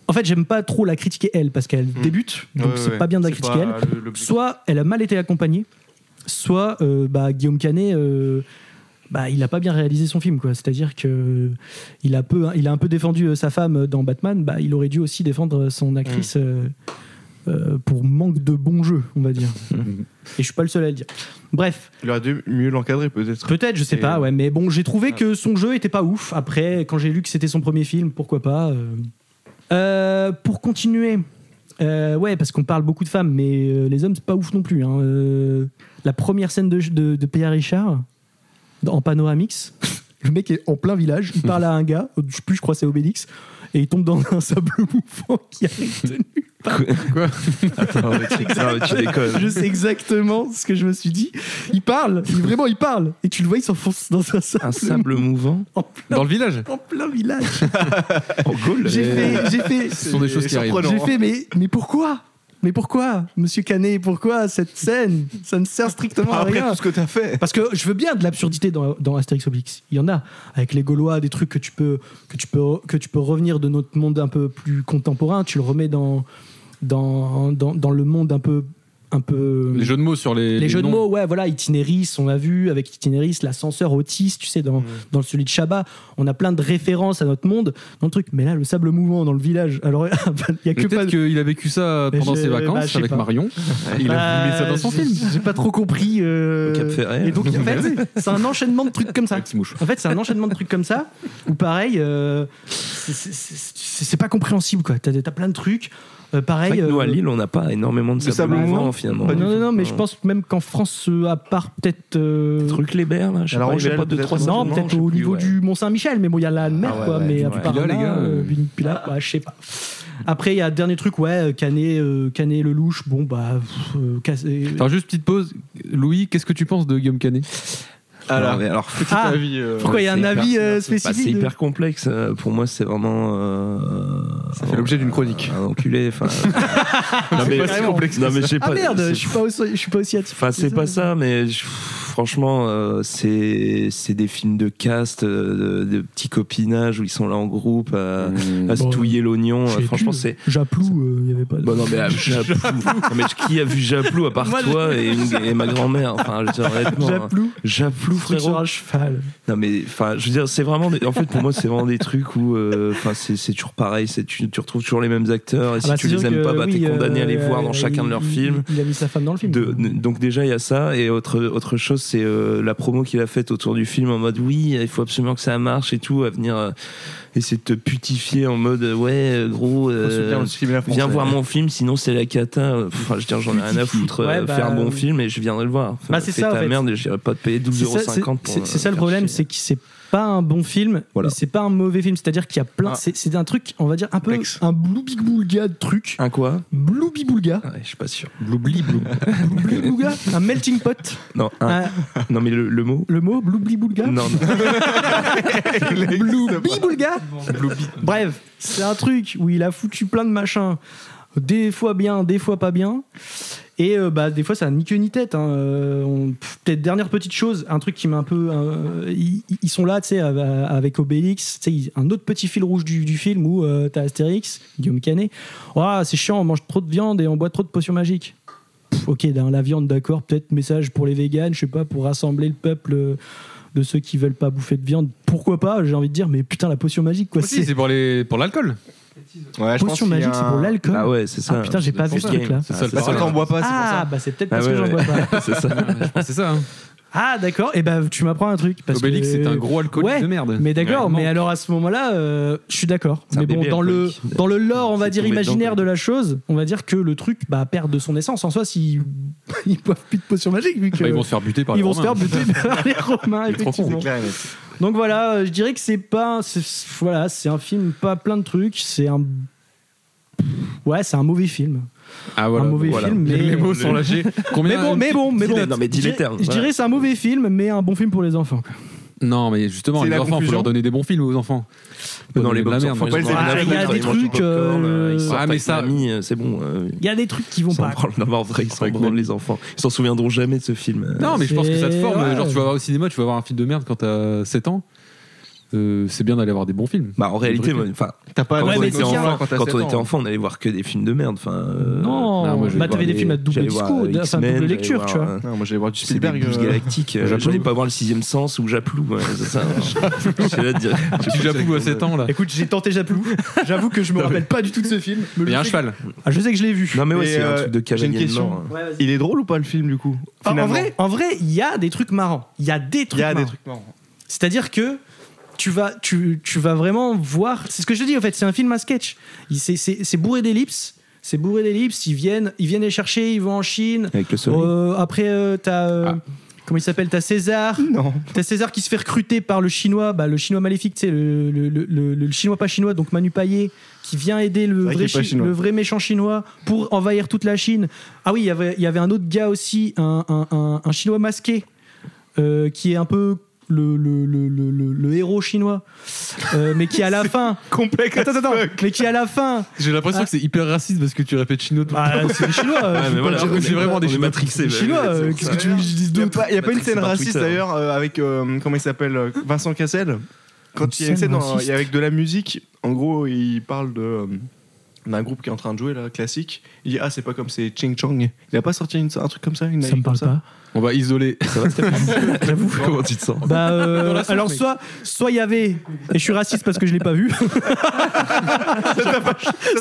En fait, j'aime pas trop la critiquer elle parce qu'elle
Mm.
débute, donc
Ouais,
c'est
ouais.
pas bien de la
C'est
critiquer elle
pas le- l'objectif.
soit elle a mal été accompagnée, soit euh, bah, Guillaume Canet, euh, bah, il n'a pas bien réalisé son film. quoi. C'est-à-dire que il a, peu, il a un peu défendu euh, sa femme dans Batman, bah, il aurait dû aussi défendre son actrice euh, euh, pour manque de bon jeu, on va dire. Et je suis pas le seul à le dire. Bref,
Il aurait dû mieux l'encadrer peut-être.
peut-être, je sais
Et-
pas, ouais, mais bon, j'ai trouvé que son jeu était pas ouf. Après, quand j'ai lu que c'était son premier film, pourquoi pas. euh. Euh, pour continuer, euh, ouais, parce qu'on parle beaucoup de femmes, mais euh, les hommes, c'est pas ouf non plus. hein. Euh, la première scène de, de, de Pierre Richard, dans- en panoramix, [laughs] le mec est en plein village, il parle à un gars, je sais plus, je crois que c'est Obélix, et il tombe dans un sable [laughs] mouvant qui a
Ah ouais, tu- ah ouais, tu déconnes.
Je sais exactement ce que je me suis dit. Il parle, il- vraiment, il parle, et tu le vois, il s'enfonce dans un sable,
Un sable mouvant
en plein
Dans le village.
en plein village.
en Gaule.
J'ai fait, j'ai fait,
Ce sont des choses qui arrivent.
Oh
j'ai fait, mais, mais pourquoi Mais pourquoi, monsieur Canet, pourquoi cette scène Ça ne sert strictement à
Après
rien.
tout ce que t'as fait.
Parce que je veux bien de l'absurdité dans, dans Astérix Obélix. Il y en a avec les Gaulois, des trucs que tu peux que tu peux que tu peux revenir de notre monde un peu plus contemporain. Tu le remets dans dans dans, dans le monde un peu un peu
Les jeux de mots sur les.
les jeux de
noms.
mots, ouais, voilà, Itinéris, on l'a vu, avec Itinéris, l'ascenseur autiste, tu sais, dans, dans celui de Chabat, on a plein de références à notre monde, dans le truc. Mais là, le sable mouvant dans le village, alors, [laughs] ah, bah, il y a
Mais
que pas
Peut-être
de-
qu'il a vécu ça
Mais
pendant
je-
ses
bah, je
vacances
sais
avec
pas.
Marion. Il a voulu
Bah,
mettre ça dans son
j'ai-
film.
J'ai pas trop compris. euh,
Au Cap Ferret.
Et donc, en fait, c'est un enchaînement de trucs comme ça.
Avec Smouche.
En fait, c'est un enchaînement de trucs comme ça, où pareil, euh, c'est- c'est- c'est c'est pas compréhensible, quoi. T'as t'as plein de trucs. Euh,
C'est vrai
pareil.
que nous, à
euh,
Lille, on n'a pas énormément de
Le
sable,
sable
mouvant,
mouvant
finalement.
Pas du
non, non,
tout.
non, mais je
euh,
pense même qu'en France, euh, à part peut-être. euh,
Truc les bères, là, je sais
La
pas, il y a
Rochelle,
pas deux,
peut-être,
trois
Non,
monuments,
peut-être
je sais
au
plus,
niveau
ouais.
du Mont-Saint-Michel, mais bon, il y a la mer,
Ah ouais,
quoi.
ouais,
mais
ouais.
à part
Puis là,
là,
les gars,
euh,
euh,
Vini Pila, bah, je sais pas. Après, il y a dernier truc, ouais, Canet, euh, Canet Lelouch, bon, bah. pff, euh, Cas- euh,
Alors, juste petite pause. Louis, qu'est-ce que tu penses de Guillaume Canet
Alors,
Alors,
mais alors,
petit
Ah.
avis. euh,
Pourquoi il y a
c'est
un
hyper-
avis euh,
bah, c'est
spécifique de-
hyper complexe. euh, Pour moi, c'est vraiment. euh,
Ça fait l'objet d'une chronique.
Un enculé. enfin, euh, non, mais,
pas si complexe
non, mais je sais pas.
[laughs] Ah merde, je
c'est-
suis pas aussi, je suis pas aussi attiré.
Enfin, c'est pas ça, mais je- franchement, euh, c'est c'est des films de cast, euh, de, de petits copinages où ils sont là en groupe
Euh,
à, à se
Mm. Bon,
touiller l'oignon.
Je
Euh,
sais
Franchement,
plus.
c'est.
Japlou, euh, il n'y avait pas de.
Bon, non,
[laughs]
mais euh, Japlou. Non, mais qui a vu Japlou à part
Moi,
toi et, une- et ma grand-mère Enfin, je veux dire, honnêtement, hein.
Japlou,
Japlou,
truc sur
frérot.
un cheval.
Non mais enfin, je veux dire, c'est vraiment. des- En fait, pour moi, c'est vraiment des trucs où, euh, enfin, c'est c'est toujours pareil. C'est tu, tu retrouves toujours les mêmes acteurs et si
Ah bah,
tu
c'est
les
sûr
aimes
que,
pas, bah,
oui,
t'es condamné à les
euh,
voir dans
il-
chacun de leurs
il-
films.
Il a mis sa femme dans le film.
De- n- donc déjà il y a ça et autre autre chose c'est euh, la promo qu'il a faite autour du film en mode oui il faut absolument que ça marche et tout à venir euh, essayer de te putifier en mode ouais euh, gros euh, viens voir mon film sinon c'est la cata enfin je veux dire, j'en ai rien à foutre euh,
Ouais, bah,
faire un
euh,
bon film et je viendrai le voir Enfin,
bah, c'est
fais
ça, en
ta
fait.
merde et j'irai pas te payer
C'est
12,50
ça, c'est-
pour,
c'est-
euh,
c'est ça le
faire
problème,
chier.
c'est que c'est pas un bon film,
Voilà.
mais c'est pas un mauvais film. C'est-à-dire qu'il y a plein.
Ah.
C'est c'est un truc, on va dire, un peu.
Complexe.
Un bloubi-boulga de truc.
un quoi
Bloubi-boulga.
Ouais, je suis pas sûr
Bloubi-boulga. Un melting pot.
non un-
Un-
non mais le, le mot
le mot bloubi-boulga. [laughs]
non, non.
Bloubi-boulga. Bref, c'est un truc où il a foutu plein de machins. Des fois bien, des fois pas bien. Et euh, bah, des fois, ça n'a ni queue ni tête. hein. Euh, on- pff, Peut-être dernière petite chose, un truc qui m'a un peu. euh, ils, ils sont là, tu sais, av- avec Obélix. Tu sais, ils- un autre petit fil rouge du, du film où euh, t'as Astérix, Guillaume Canet. Ouah, Ah, c'est chiant, on mange trop de viande et on boit trop de potions magiques. Pff, ok, dans la viande, d'accord. Peut-être message pour les véganes, je sais pas, pour rassembler le peuple. euh, de ceux qui veulent pas bouffer de viande, pourquoi pas J'ai envie de dire, mais putain, la potion magique, quoi.
Ah, si,
c'est
c'est pour les- pour l'alcool.
Ouais, je pense
potion
qu'il y a
magique, c'est pour
un-
l'alcool.
ah ouais c'est ça
Ah, putain, j'ai pas vu ce truc-là.
C'est ça, le
Ah,
Parce que quand on boit pas, c'est pour ça.
Ah, bah c'est peut-être
Ah
parce
ouais,
que j'en
ouais.
bois
[laughs]
pas.
c'est ça
C'est ça. hein.
Ah, d'accord, et bah tu m'apprends un truc. Parce
Obélix,
que-
c'est un gros alcoolique
Ouais,
de merde.
Mais d'accord,
Vraiment.
mais alors à ce moment-là, euh, je suis d'accord.
C'est un
Mais bon,
bébé
dans le,
alcoolique.
dans le lore, on va
C'est
dire
tombé dedans,
imaginaire
quoi.
de la chose, on va dire que le truc bah, perd de son essence en soi s'ils [laughs] ils boivent plus de potion magique, vu que.
Bah, ils vont se faire buter par
ils
les
vont se
Romains. [laughs]
faire buter par les Romains,
est trop con,
effectivement.
C'est clair et net.
Donc voilà, euh, je dirais que c'est pas, un- c'est- voilà, c'est un film pas plein de trucs, c'est un, ouais, c'est un mauvais film,
Ah, voilà.
un mauvais
voilà.
film, mais
Les mots sont lâchés.
mais
Combien
bon, mais bon, mais
dis-les,
bon.
non, mais dis-les
je dirais-
termes,
Je
voilà.
dirais c'est un mauvais film, mais un bon film pour les enfants.
Non, mais justement,
C'est
les
la
enfants, faut
conclusion
leur donner des bons films aux enfants. Faut
dans
donner
les
de la
box
merde.
enfants, ils
pas
ont
les
rien à
Ah, il y a
foutre,
des
ils mangent du
trucs,
popcorn,
euh,
ils sortent
Ah, mais
avec
ça-
mamie, euh, c'est bon. euh,
Il y a des trucs qui
ils
vont
s'en
pas.
branlent. Non, mais en vrai, ils s'en branlent, les enfants. Ils s'en souviendront jamais de ce film.
Non, mais je pense que ça te
C'est-
forme.
ouais.
Genre, tu vas voir au cinéma, tu vas voir un film de merde quand t'as 7 ans. Euh, c'est bien d'aller voir des bons films.
Bah, en
Briquet.
réalité, moi, enfin,
T'as pas
quand,
Ouais,
on
mais
était
c'est
enfant,
clair.
quand,
t'as sept
on
ans. hein.
était enfant, on allait voir que des films de merde. Enfin, euh,
non, moi,
non,
je vais
bah
voir
t'avais des
les-
films à double
j'allais voir,
disco,
euh,
enfin
X-Men,
double
j'allais
lecture,
voir,
tu vois.
euh,
Non, moi j'allais voir du
C'est des
Spielberg.
bouches
euh,
galactiques. euh, J'allais pas voir le sixième sens ou Japlou. ouais, c'est ça. [laughs] C'est là de dire-
Ah, Tu j'avoue à 7 ans là.
Écoute, j'ai tenté Japlou. J'avoue que je me rappelle pas du tout de ce film. mais
Il y a un
je sais-
cheval.
Ah, je sais que je l'ai vu.
Non, mais ouais,
Et,
c'est un
euh,
truc de
j'ai une
cavalier de
question.
mort, hein.
Ouais, vas-y.
Il est drôle ou pas le film du coup
Ah, en
Finalement.
vrai, en vrai, il y a des trucs marrants. Il y a des trucs.
il y a des
marrants.
trucs marrants.
C'est-à-dire que tu vas, tu, tu vas vraiment voir. C'est ce que je dis en fait, c'est un film à sketch. Il- c'est- C'est c'est bourré d'ellipses. C'est bourré d'ellipses. Ils viennent, ils viennent les chercher, ils vont en Chine.
Avec le soleil.
Euh, après, euh, t'as. euh,
Ah.
Comment il s'appelle T'as César.
Non.
T'as César qui se fait recruter par le chinois, bah, le chinois maléfique, tu sais, le, le, le- le- le chinois pas chinois, donc Manu Payet, qui vient aider le
vrai
vrai,
qu'il est pas
chi-
chinois.
le vrai méchant chinois pour envahir toute la Chine. Ah oui, il y avait- il y avait un autre gars aussi, un, un- un- un chinois masqué, euh, qui est un peu le, le, le- le- le- le héros chinois, Euh, mais qui à la fin.
Complexe.
Attends, attends, attends, mais qui à la fin.
J'ai l'impression que c'est hyper raciste parce que tu répètes chino tout
Bah, c'est des chinois. euh,
Ouais,
faut
mais
pas
voilà,
dire-
on est-
c'est vraiment des
on est
chinois.
matrixés,
des
bah,
Chinois,
c'est-
euh,
c'est
qu'est-ce
ça.
que tu me dis
Il y a
d'autre
pas, y a pas une
Matrix
scène
par
raciste
hein.
Twitter. hein.
d'ailleurs euh, avec euh, comment il s'appelle euh, Vincent Cassel. Quand il y a une
scène
scène dans-
raciste.
et avec de la musique, en gros, il parle de euh, d'un groupe qui est en train de jouer là, classique. Il dit ah c'est pas comme c'est Ching Chong. Il a pas sorti une- un truc Bah, comme ça, une
Ça me parle pas.
On va isoler.
J'avoue.
Comment tu te sens
Bah, euh,
Dans la sauce,
alors
mec.
soit soit il y avait et je suis raciste parce que je l'ai pas vu.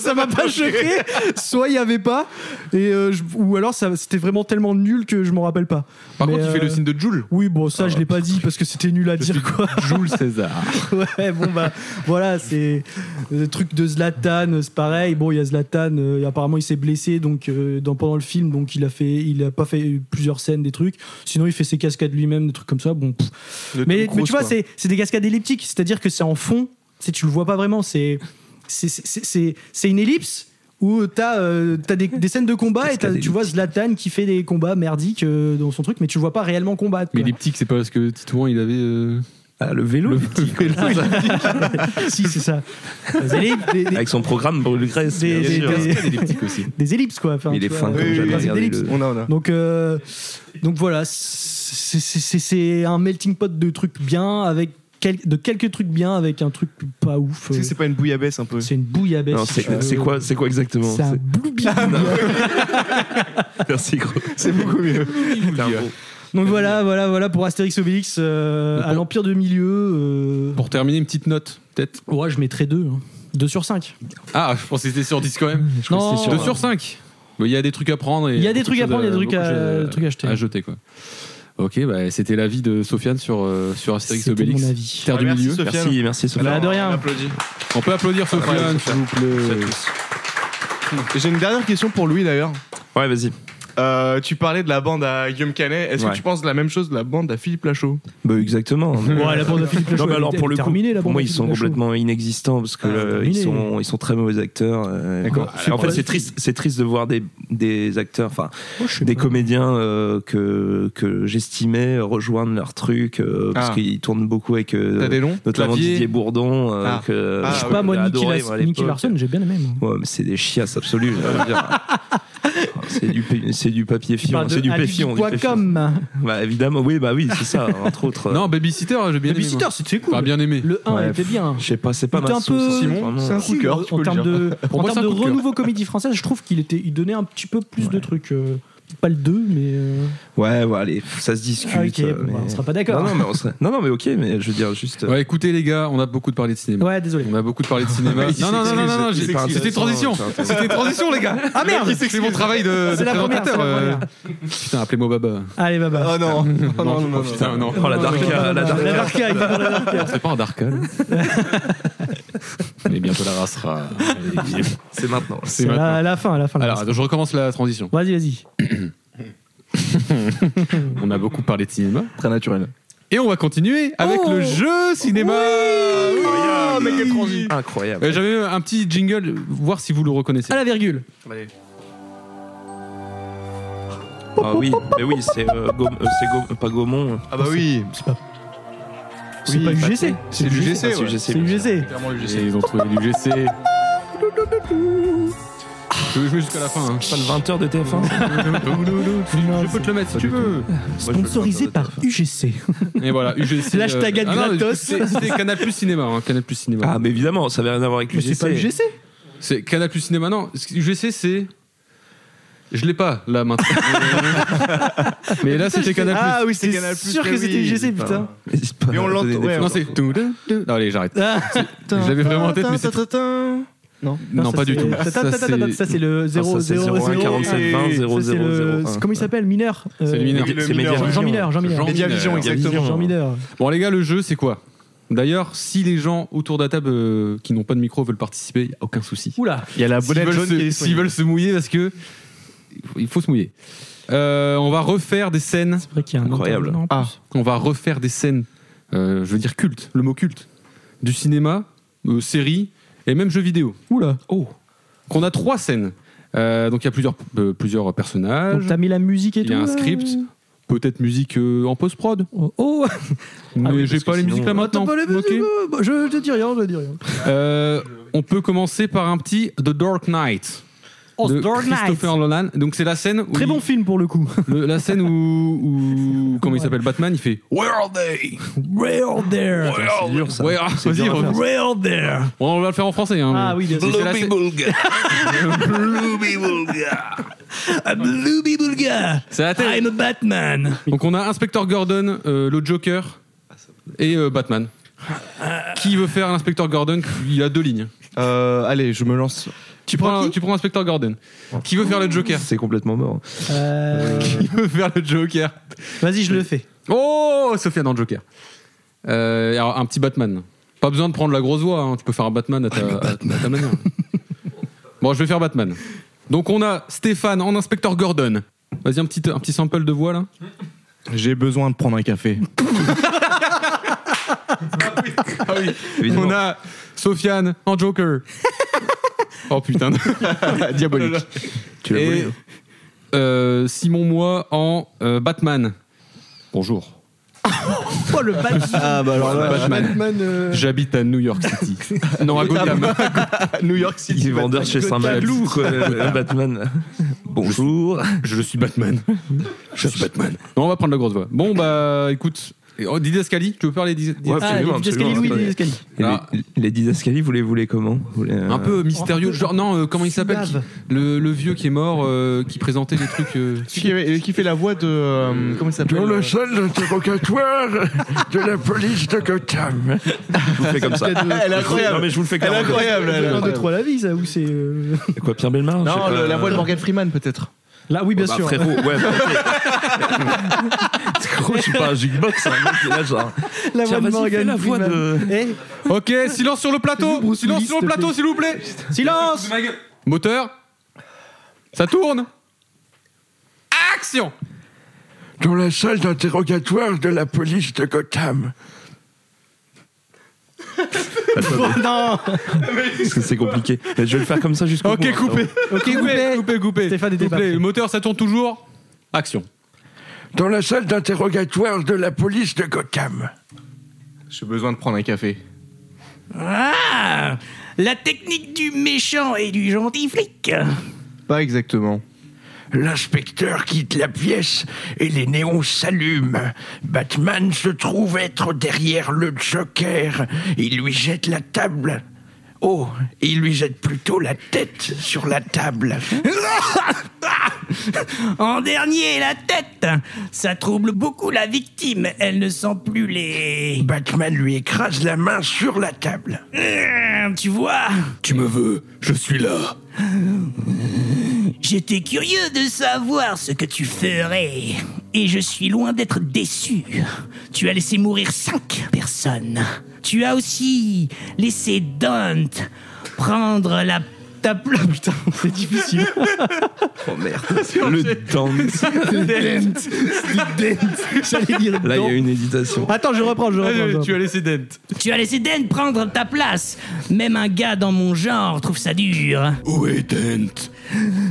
ça m'a pas choqué. Soit il y avait pas et euh, je- ou alors ça c'était vraiment tellement nul que je m'en rappelle pas.
Par
Mais,
contre, il fait
euh,
le signe de Joule.
Oui, bon
Ah,
ça je l'ai pas dit parce que c'était nul à dire quoi.
Joule César.
[laughs] ouais, bon bah voilà, c'est le truc de Zlatan, c'est pareil. Bon, il y a Zlatan, euh, et apparemment il s'est blessé donc euh, dans, pendant le film, donc il a fait, il a pas fait plusieurs scènes, des trucs. Sinon, il fait ses cascades lui-même, des trucs comme ça. Bon, pff. mais, mais tu vois, c'est c'est des cascades elliptiques, c'est-à-dire que c'est en fond, tu sais, tu le vois pas vraiment. C'est c'est- c'est- c'est c'est une ellipse. Où t'as euh, t'as des, des scènes de combat et t'as-
Cascade
tu vois Zlatan qui fait des combats merdiques euh, dans son truc, mais tu le vois pas réellement combattre.
Mais
quoi.
l'elliptique, c'est pas parce que Titouan il avait. euh,
Ah, le vélo,
Le
du petit, quoi.
vélo,
[laughs] si, c'est ça. Des ellipses, des, des-
avec son programme brûle graisse.
Des-
bien
des-
sûr.
des-
[laughs]
Il est petit aussi.
des ellipses, quoi. Enfin,
Mais il
tu
est
vois,
fin
le-
comme
le
j'avais
principe
regardé
d'ellipse.
le.
On a, on a.
Donc, euh, donc voilà, c'est- c'est c'est- c'est un melting pot de trucs bien, avec quel- de quelques trucs bien, avec un truc pas ouf.
Est-ce
euh,
que c'est pas une bouillabaisse un peu
C'est une bouillabaisse.
Non,
si tu veux.
c'est c'est quoi, c'est quoi exactement
C'est un
C'est- Ah,
bloubi.
Merci gros.
[laughs] C'est beaucoup mieux.
T'as un gros-
Donc voilà, voilà, voilà pour Astérix Obélix euh,
Donc,
à
pour-
l'Empire de Milieu. euh,
Pour terminer, une petite note, peut-être.
Ouais, je mettrais 2. 2 sur 5.
Ah, je pensais que c'était sur 10 quand même.
crois que c'était sur-
2 sur 5. Il y a des trucs à prendre. et
Il y a des
beaucoup
trucs à
de
prendre, il y a des
choses
trucs à-
beaucoup de choses
des trucs à acheter.
À jeter, quoi. Ok, bah, c'était l'avis de Sofiane sur, euh, sur Astérix
C'était
Obélix.
mon avis.
Terre du
Ah, Merci,
Milieu.
Sofiane.
Merci, merci Sophie.
Bah, de rien.
On applaudit.
On peut applaudir Ah, Sofiane,
Ouais,
s'il vous plaît.
J'ai une dernière question pour Louis d'ailleurs.
Ouais, vas-y.
Euh, tu parlais de la bande à Guillaume Canet. Est-ce
Ouais.
que tu penses de la même chose de la bande à Philippe Lachaud
Bah, exactement.
Ouais, la bande à Philippe
Non,
Lachaud,
mais
elle
alors
est-
pour
elle
le
est
coup,
terminée, la
pour
bande
moi
à
ils
Philippe
sont
Lachaud.
complètement inexistants parce que euh, ils
terminée.
sont ils sont très mauvais acteurs. euh,
D'accord.
voilà. En fait, c'est triste, c'est triste de voir des des acteurs, enfin
Moi, Oh, je sais
des
pas.
comédiens euh, que que j'estimais rejoindre leur truc euh, parce
Ah.
qu'ils tournent beaucoup avec euh,
T'as des noms
notamment
Clavier
Didier Bourdon. euh,
Ah.
que,
Ah,
Je sais
ouais,
pas, moi, Nicky,
adoré,
Lars-
moi, à l'époque.
Nicky Larson, j'ai bien aimé. Moi.
Ouais, mais c'est des chiasses absolues. je veux dire. c'est du pa- c'est du papier
Je
fion,
parle
c'est
de
du péfion. du péfion.
Alibi.com.
Bah évidemment, oui, bah oui, c'est ça entre autres.
Non, Babysitter, j'ai bien aimé.
Babysitter,
moi.
c'était cool.
Enfin, bien aimé.
Le 1
Ouais,
Ah, était bien.
Je sais pas, c'est pas
C'était
ma
un
sauce,
peu-
hein,
Simon,
vraiment.
c'est un coup de cœur, tu
en
peux le
termes
dire.
de,
[laughs] Pour
en
moi, c'est
termes
un
de
coup de cœur.
renouveau comédie française, je trouve qu'il était, il donnait un petit peu plus de trucs. euh, pas le 2, mais. euh,
Ouais, ouais, allez, ça se discute.
ah, ok,
euh,
bon, bah,
mais-
on sera pas
non,
d'accord.
non, mais on serait- non, non, mais ok, mais je veux dire juste. euh,
Ouais, écoutez, les gars, on a beaucoup de parlé de cinéma.
Ouais, désolé.
On a beaucoup de parlé de [laughs] cinéma.
Il
non, non, non, non, non, non,
s'excuse,
j'ai-
il s'excuse.
c'était transition. C'était transition, les gars.
Ah merde
C'est mon travail de, de
C'est la première,
présentateur.
c'est la
euh.
première.
Putain, appelez-moi Baba.
Allez, baba.
Oh [laughs] non. Oh non, non, non, non.
Putain, non.
Oh, la darka, la
Ah, La
darka.
Darka, il est dans la Darka.
C'est pas un Dark [laughs] Mais bientôt la race sera.
C'est maintenant.
[laughs] C'est la, la fin, la fin. la fin.
Alors, je recommence la transition.
Vas-y, vas-y.
On a beaucoup parlé de cinéma.
Très naturel.
Et on va
Oh
continuer avec le jeu cinéma.
Ah,
Incroyable.
Oui.
Incroyable.
Euh, J'avais un petit jingle, voir si vous le reconnaissez.
À la virgule.
Ah oui, mais oui, c'est euh, Gaum- euh, c'est Gaum- pas Gaumont.
Ah bah oui.
C'est
bah,
pas UGC.
C'est du GC.
C'est
ouais.
UGC,
C'est
bien sûr.
UGC.
Clairement le
Et
GC.
ils ont trouvé l'UGC. Je vais jouer jusqu'à la fin. hein.
Pas le 20h de TF1.
Je peux te le mettre si tu veux.
Sponsorisé par UGC.
Et voilà, UGC.
L'hashtag
euh, ah non,
gratos.
c'est- C'était Canal Plus Cinéma. hein, Canal Plus Cinéma.
Ah, mais évidemment, ça avait rien à voir avec
Mais c'est pas
l'UGC.
UGC.
C'est Canal Plus Cinéma, non. ce que UGC, c'est. Je l'ai pas, là, maintenant. Mais là, c'était Canal Plus.
Ah oui,
C'est
c'est Canal+.
sûr que
mais
c'était
oui.
UGC, putain.
Mais [laughs] c'est pas-
Mais on l'entend,
des- des-
ouais.
Non, c'est. Non, allez, j'arrête.
Ah.
Je l'avais vraiment en tête, mais c'est.
Tintin.
Non,
ça,
pas du
c'est-
tout.
[laughs] ça,
Ça,
ça, ça, ça, c'est le
Ah, ça,
0
c'est
0
01 47 20
euh, Ça, c'est le-
00 01.
c'est- Comment il s'appelle Mineur euh,
C'est le mineur.
le
C'est
mineur,
Mediavision.
ouais.
Jean Mineur, Jean Mineur.
Jean
Mediavision,
Mineur.
exactement.
Jean Mineur.
Bon les gars, le jeu c'est quoi D'ailleurs, si les gens autour de la table euh, qui n'ont pas de micro veulent participer, il n'y a aucun souci.
Oula.
Il y a la
S'ils
bonnette
veulent,
jaune qui
se,
est
s'ils veulent se mouiller parce que il faut se mouiller. Euh, on va refaire des scènes. Ah,
C'est vrai qu'il y a un
Incroyable.
intervenant en plus.
On va refaire des scènes. euh, je veux dire culte, le mot culte du cinéma, euh, série et même jeux vidéo.
Oula.
Qu'on a trois scènes. Euh, donc il y a plusieurs euh, plusieurs personnages.
Donc t'as mis la musique et
Il
tout.
y a un
là
script. Peut-être musique euh, en post prod,
Oh, Oh. [laughs]
mais
Ah oui,
j'ai
parce
pas
que
les musiques là
sinon,
maintenant.
Attends, pas les
Ok.
musiques, euh, bah, Je je dis rien, je dis rien.
Euh, on peut commencer par un petit The Dark Knight
Oh,
de
Dark Knight.
Christopher Nolan. Donc c'est la scène où
Très
il-
bon film pour le coup.
le- la scène où, où- comment il s'appelle Batman, il fait
Real there.
C'est dur ça.
Ouais, ah, vas-y,
dur à
on-
Real there.
on va le faire en français hein,
Ah
mais-
oui, bien sûr.
mais c'est la scène-
Luby Bulga.
c'est la scène-
a Batman.
Donc on a Inspector Gordon, euh, le Joker et euh, Batman. Qui veut faire l'inspecteur Gordon Il a deux lignes.
Euh, allez, je me lance.
Tu prends, tu prends l'inspecteur Gordon. Qui veut faire le Joker
C'est complètement mort.
Euh,
Qui veut faire le Joker
[laughs] Vas-y, je le fais.
Oh, Sophia dans le Joker. Euh, alors, un petit Batman. Pas besoin de prendre la grosse voix, hein. tu peux faire un Batman à ta, à ta manière. bon, je vais faire Batman. Donc, on a Stéphane en inspecteur Gordon. Vas-y, un petit, un petit sample de voix là.
J'ai besoin de prendre un café.
Ah oui,
Évidemment.
on a Sofiane en [laughs] Joker. oh [laughs] putain.
Diabolique.
Tu l'as
Et
voulu.
euh, Simon Moi en euh, Batman. Bonjour.
Oh le Batman
[laughs]
euh.
Ah, bah alors là,
Batman. J'habite à New York City. non, [laughs] à Gotham.
New York
il
City.
est vendeur chez Saint-Maclou, [laughs] quoi, le Batman. Bonjour.
Je suis Batman. Je suis Batman. Non, on va prendre la grosse voix. Bon, bah écoute. Et, oh, Didier Scali, tu veux parler Didier Didier-
Ouais,
Ah,
absolument,
les escaliers,
absolument,
oui,
attendez.
les escaliers.
Et
Ah.
Les, les didascalies, vous les voulez comment Vous les, euh,
Un peu mystérieux, genre non, euh, comment il s'appelle qui-
Suave.
le, le vieux qui est mort, euh, qui présentait les trucs. euh,
Qui, euh, qui fait la voix de. euh, comment il s'appelle
Dans
euh,
la salle d'interrogatoire de la police de Gotham.
Je vous le fais comme ça.
Elle est incroyable.
Non, mais je vous le fais comme
Elle est incroyable. elle est
Un, deux,
incroyable.
trois, la vie, ça, ou c'est. euh,
Quoi, Pierre Belmar Je sais
Non,
pas.
le- la voix de Morgan Freeman peut-être.
Là, oui, bien
Bah,
sûr.
frérot,
[laughs]
ouais. ok. Gros, je suis pas un jukebox,
hein,
c'est un mec qui est là, genre.
La voix
Tiens,
de
vas-y, fais
Morgan.
la voix de.
Eh,
Ok, silence sur le plateau
Bruce
Silence
Willis,
sur le
s'il te
plateau, s'il vous plaît
silence
Moteur Ça tourne Action
Dans la salle d'interrogatoire de la police de Gotham.
Non
Parce que c'est compliqué. Mais je vais le faire comme ça jusqu'au bout.
Ok,
hein,
coupé Ok, coupé Coupé, coupé
Stéphane était
Coupé.
pas prêt.
Le moteur, ça tourne toujours Action
Dans la salle d'interrogatoire de la police de Gotham.
J'ai besoin de prendre un café.
Ah La technique du méchant et du gentil flic
Pas exactement.
L'inspecteur quitte la pièce et les néons s'allument. Batman se trouve être derrière le Joker. Il lui jette la table. Oh, il lui jette plutôt la tête sur la table.
[laughs] En dernier, la tête. Ça trouble beaucoup la victime. Elle ne sent plus les...
Batman lui écrase la main sur la table.
Hum, Tu vois
Tu me veux, je suis là.
J'étais curieux de savoir ce que tu ferais. Et je suis loin d'être déçu. Tu as laissé mourir cinq personnes. Tu as aussi laissé Dante prendre la... Ta... Putain, c'est difficile.
[laughs]
Le dance.
J'allais dire.
Là, il y
non.
a une hésitation.
Attends, je reprends, je reprends. je reprends.
as laissé Dent.
Tu as laissé Dent prendre ta place. Même un gars dans mon genre trouve ça dur.
Où est Dent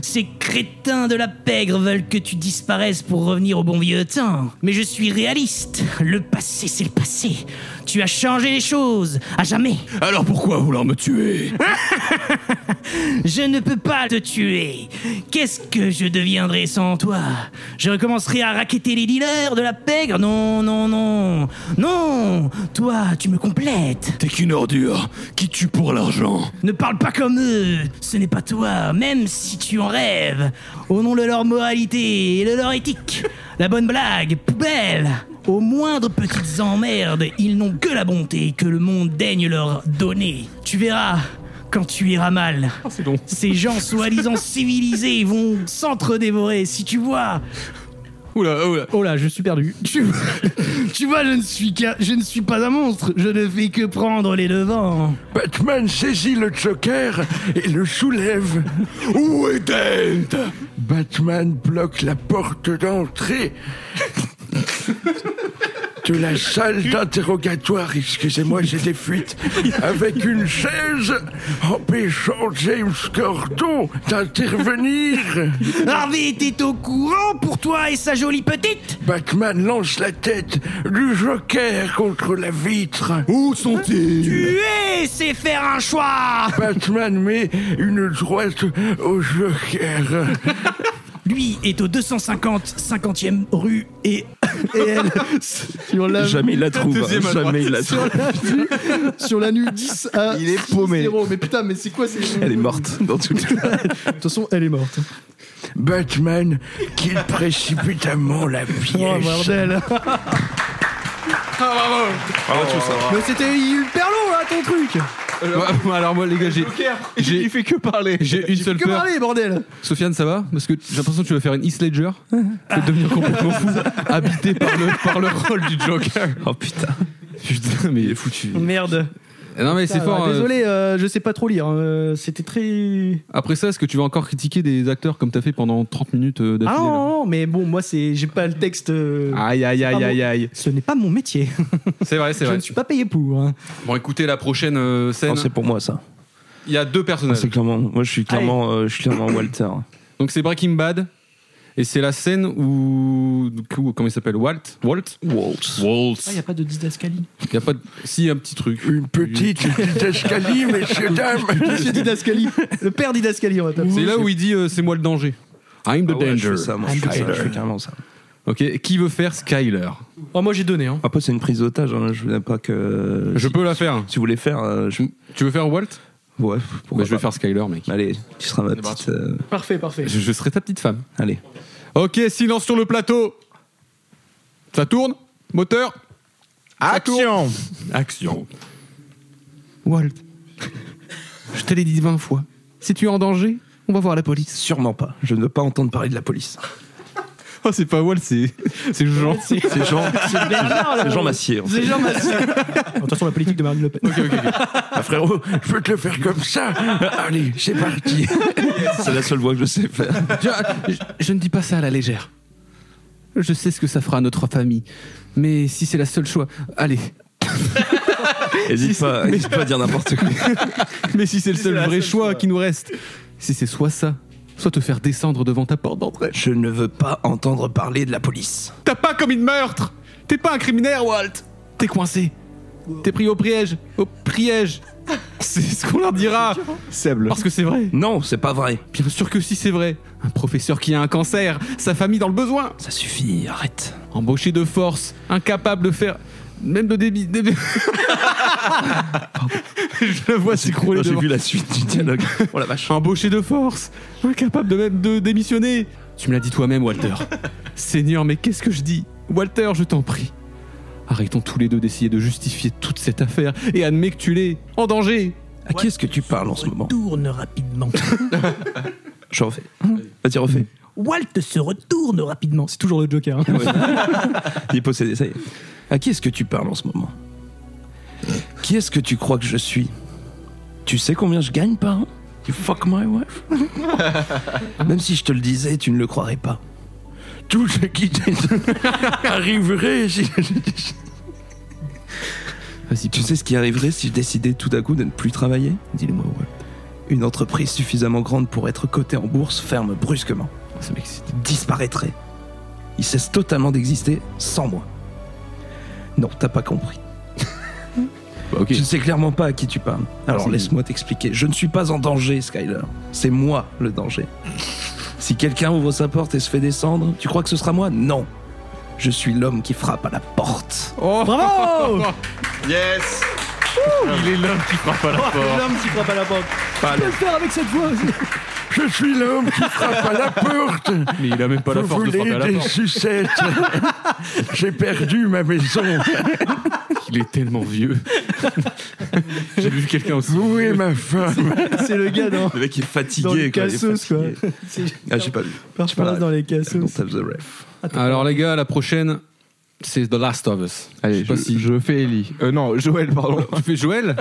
Ces crétins de la pègre veulent que tu disparaisses pour revenir au bon vieux temps. Mais je suis réaliste. Le passé, c'est le passé. Tu as changé les choses. À jamais.
Alors pourquoi vouloir me tuer
Je ne peux pas te tuer. Qu'est-ce que je deviendrai sans toi Je recommencerai à raqueter les dealers de la pègre Non, non, non. Non Toi, tu me complètes.
T'es qu'une ordure qui tue pour l'argent.
Ne parle pas comme eux, ce n'est pas toi, même si tu en rêves. Au nom de leur moralité et de
[laughs]
leur éthique, la bonne blague, poubelle. Aux moindres petites emmerdes, ils n'ont que la bonté que le monde daigne leur donner. Tu verras, quand tu iras mal, ces gens soi-disant civilisés vont s'entre-dévorer, si tu vois.
Oula, oula.
Oh là, je suis perdu.
Tu, tu vois, je ne, suis qu'un- je ne suis pas un monstre, je ne fais que prendre les devants.
Batman saisit le Joker et le soulève. Où est Dent Batman bloque la porte d'entrée de la salle d'interrogatoire, excusez-moi, j'ai des fuites, avec une chaise empêchant James Cordon d'intervenir.
[laughs] Harvey était au courant pour toi et sa jolie petite
Batman lance la tête du Joker contre la vitre.
Tuer, c'est faire un choix
Batman met une droite au Joker.
Lui est au 250, 50e rue et, et elle
[laughs] Sur
Euh,
la,
Jamais il la trouve. hein.
Deuxième à droite.
Jamais il la trouve.
sur la nuit 10 à.
Il est paumé.
0. Mais putain, mais c'est quoi ces.
Elle est morte dans tout le
De toute façon, elle est morte.
Batman quitte précipitamment la pièce.
Oh bordel [laughs] Ah, Mais c'était hyper long là ton truc
Ouais, alors moi les gars, j'ai j'ai-
[laughs]
Il fait que parler.
j'ai une seule
Que
peur.
parler bordel
Sofiane, ça va Parce que j'ai l'impression que tu vas faire une Heath Ledger. Tu vas devenir complètement fou, habité par le, par le rôle du Joker.
Oh putain.
Putain, mais il est foutu.
Merde
Non mais c'est
Ah,
fort.
ouais,
euh,
Désolé, euh, je sais pas trop lire. euh, c'était très.
Après ça, est-ce que tu vas encore critiquer des acteurs comme t'as fait pendant 30 minutes euh,
Ah
d'affilée là
non, non, non, mais bon, moi, c'est, j'ai pas le texte. euh,
Aïe aïe aïe aïe aïe.
Ce n'est pas mon métier.
C'est vrai, c'est
Je
vrai.
ne suis pas payé pour. hein.
Bon, écoutez la prochaine euh, scène.
Non, c'est pour moi ça.
Il y a deux
C'est
personnages.
clairement. Moi, je suis clairement, euh, je suis clairement Walter.
Donc c'est Breaking Bad. Et c'est la scène où, du coup, comment il s'appelle Walt Walt Walt.
Il n'y Ah, a pas de didascalie.
Il y a pas de... Si, un petit truc. Une
Petite didascalie, messieurs, dames.
[laughs] Monsieur Didascali. Le père Didascali, on va t'appeler.
C'est là où il dit euh, c'est moi le danger. I'm the
Ah ouais,
danger.
je fais ça, moi, je
I'm
fais
the
ça,
danger.
je fais carrément ça.
Ok, qui veut faire Skyler
Oh, moi j'ai donné. Hein.
Ah, Après, c'est une prise d'otage. hein, Je voulais pas que.
Je
si-
peux la faire.
Si vous voulez faire. euh, je-
Tu veux faire Walt
Ouais,
Bah,
pourquoi
Je vais
pas.
faire Skyler, mec.
Allez, tu seras ma petite. euh,
Parfait, parfait.
Je, je serai ta petite femme.
Allez.
Ok, silence sur le plateau. Ça tourne Moteur Ça tourne. Action Walt, je te l'ai dit 20 fois. Si tu es en danger, on va voir la police.
Sûrement pas. Je ne veux pas entendre parler de
[laughs]
la police.
Oh, c'est pas Walt, c'est c'est Jean.
C'est Jean,
C'est Bernard,
Ah,
là.
c'est Jean Massier. en fait.
C'est Jean Massier. De toute façon, la politique de Marine Le Pen.
Ah, frérot, je peux te le faire comme
[laughs]
ça. Allez, c'est parti.
C'est la seule voix que je sais faire.
Je, je- je ne dis pas ça à la légère. Je sais ce que ça fera à notre famille. Mais si c'est la seule choix. Allez.
N'hésite pas, hésite pas à dire n'importe quoi.
[laughs] Mais si c'est le seul vrai choix qui nous reste. Si c'est soit ça, soit te faire descendre devant ta porte d'entrée.
Je ne veux pas entendre parler de la police.
T'as pas commis de meurtre T'es pas un criminaire, Walt T'es coincé. T'es pris au priège. Au priège. C'est ce qu'on leur dira.
Sable.
Parce que c'est vrai.
Non, c'est pas vrai.
Bien sûr que si c'est vrai. Un professeur qui a un cancer, sa famille dans le besoin.
Ça suffit, arrête.
Embauché de force, incapable de faire. Même de débit.
[laughs]
débit- je le vois s'écrouler
J'ai
devant.
vu la suite du dialogue. Oh la vache.
Embauché de force, incapable de même de démissionner. Tu me l'as dit toi-même, Walter. Seigneur, mais qu'est-ce que je dis Walter, je t'en prie. Arrêtons tous les deux d'essayer de justifier toute cette affaire et admets que tu l'es en danger.
À qui est-ce que tu parles en ce moment
Tourne rapidement.
[laughs] Je refais. Vas-y, refais.
Walt se retourne rapidement.
C'est toujours le Joker. hein.
Il est possédé, ça y est. À qui est-ce que tu parles en ce moment Qui est-ce que tu crois que je suis Tu sais combien je gagne par an You fuck my wife Même si je te le disais, tu ne le croirais pas.
Tout ce qui
[laughs]
arriverait si...
Vas-y,
Tu sais ce qui arriverait si je décidais tout à coup de ne plus travailler Dis-le-moi, Walt. Une entreprise suffisamment grande pour être cotée en bourse ferme brusquement,
ça m'excite.
disparaîtrait. Il cesse totalement d'exister sans moi. Non, t'as pas compris.
ok.
Je ne sais clairement pas à qui tu parles. Alors
C'est-
laisse-moi t'expliquer. Je ne suis pas en danger, Skyler. C'est moi
[laughs]
le danger. Si quelqu'un ouvre sa porte et se fait descendre, tu crois que ce sera moi Non. Je suis l'homme qui frappe à la porte.
Oh,
[laughs]
Bravo
Yes
Il est l'homme qui frappe à la porte.
Oh, L'homme qui frappe à la porte. Je peux le faire avec cette voix.
Je suis l'homme
[laughs]
qui frappe à la porte.
mais il a même pas la
Vous
force de
voulez
frapper à la
des
porte.
[laughs]
sucettes J'ai perdu ma maison.
Il est tellement
[laughs]
vieux. J'ai vu quelqu'un aussi.
Où est ma femme
[laughs] C'est le gars dans,
Le mec est fatigué.
dans les
quoi, il est
cassos, quoi.
fatigué.
C'est-
Ah, j'ai pas vu.
Performance dans les
I don't
cassos.
have the ref.
Alors les gars, la prochaine, c'est The Last of Us.
Allez,
sais pas
je,
si-
je fais Ellie. Euh, non, Joël,
[laughs]
pardon.
Tu fais Joël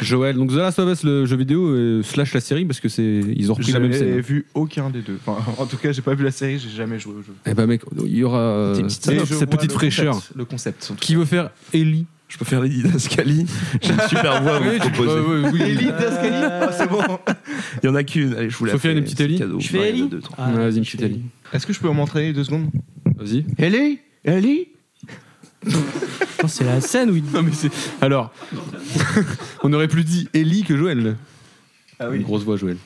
Joël, donc The Last of Us, le jeu vidéo, euh, slash la série, parce que c'est ils ont repris la même
J'avais
scène.
vu aucun des deux. Enfin, en tout cas, j'ai pas vu la série, j'ai jamais joué au jeu.
Eh ben mec, il y aura euh,
Des petites
Mais
cette
je
cette
vois
petite
le
fraîcheur.
concept, le concept. en tout
Qui veut faire Ellie
Je peux faire les didascalies. J'ai une super voix à vous proposer.
Euh, Ellie
cas. C'est bon.
Il y en a qu'une. Allez, je vous la
Sophia,
fais,
une petite
c'est
Ellie
cadeau.
Je fais
Ouais, il y en a
Ellie
deux, trois.
Ah,
Vas-y, une
je
petite
fais
Ellie.
Est-ce que je peux m'entraîner deux secondes
Vas-y.
Ellie Ellie
Putain, C'est la scène où il
Non mais c'est. Alors, [laughs] on aurait plus dit Ellie que Joël.
Ah
Une grosse voix, Joël.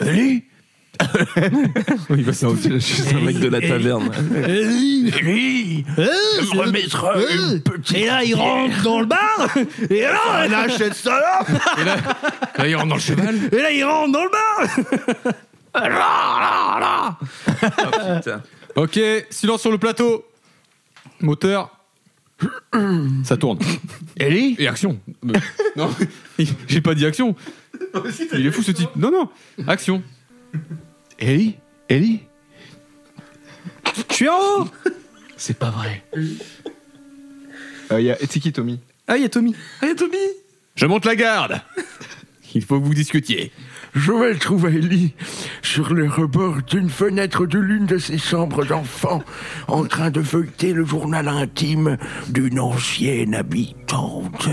Allez
[laughs] Oui, bah ça aussi.
C'est [laughs] un mec de la taverne.
Lui, je me remettra une petite.
Et là, il rentre dans le bar. Et là,
Elle achète ça là
Là, il rentre dans le cheval.
et là, il rentre dans le bar.
Ah, putain.
[laughs] Ok, silence sur le plateau. Moteur. Ça tourne.
Ellie
Et action. [laughs] Euh, non, j'ai pas dit action. Il est fou ce type. Non, non. Action.
Ellie Ellie
Je suis en haut
C'est pas vrai.
Euh, y a- C'est qui, Tommy
Ah, il y a Tommy.
Je monte la garde. Il faut que vous discutiez.
Joël trouve Ellie sur le rebord d'une fenêtre de l'une de ses chambres d'enfant, en train de feuilleter le journal intime d'une ancienne habitante.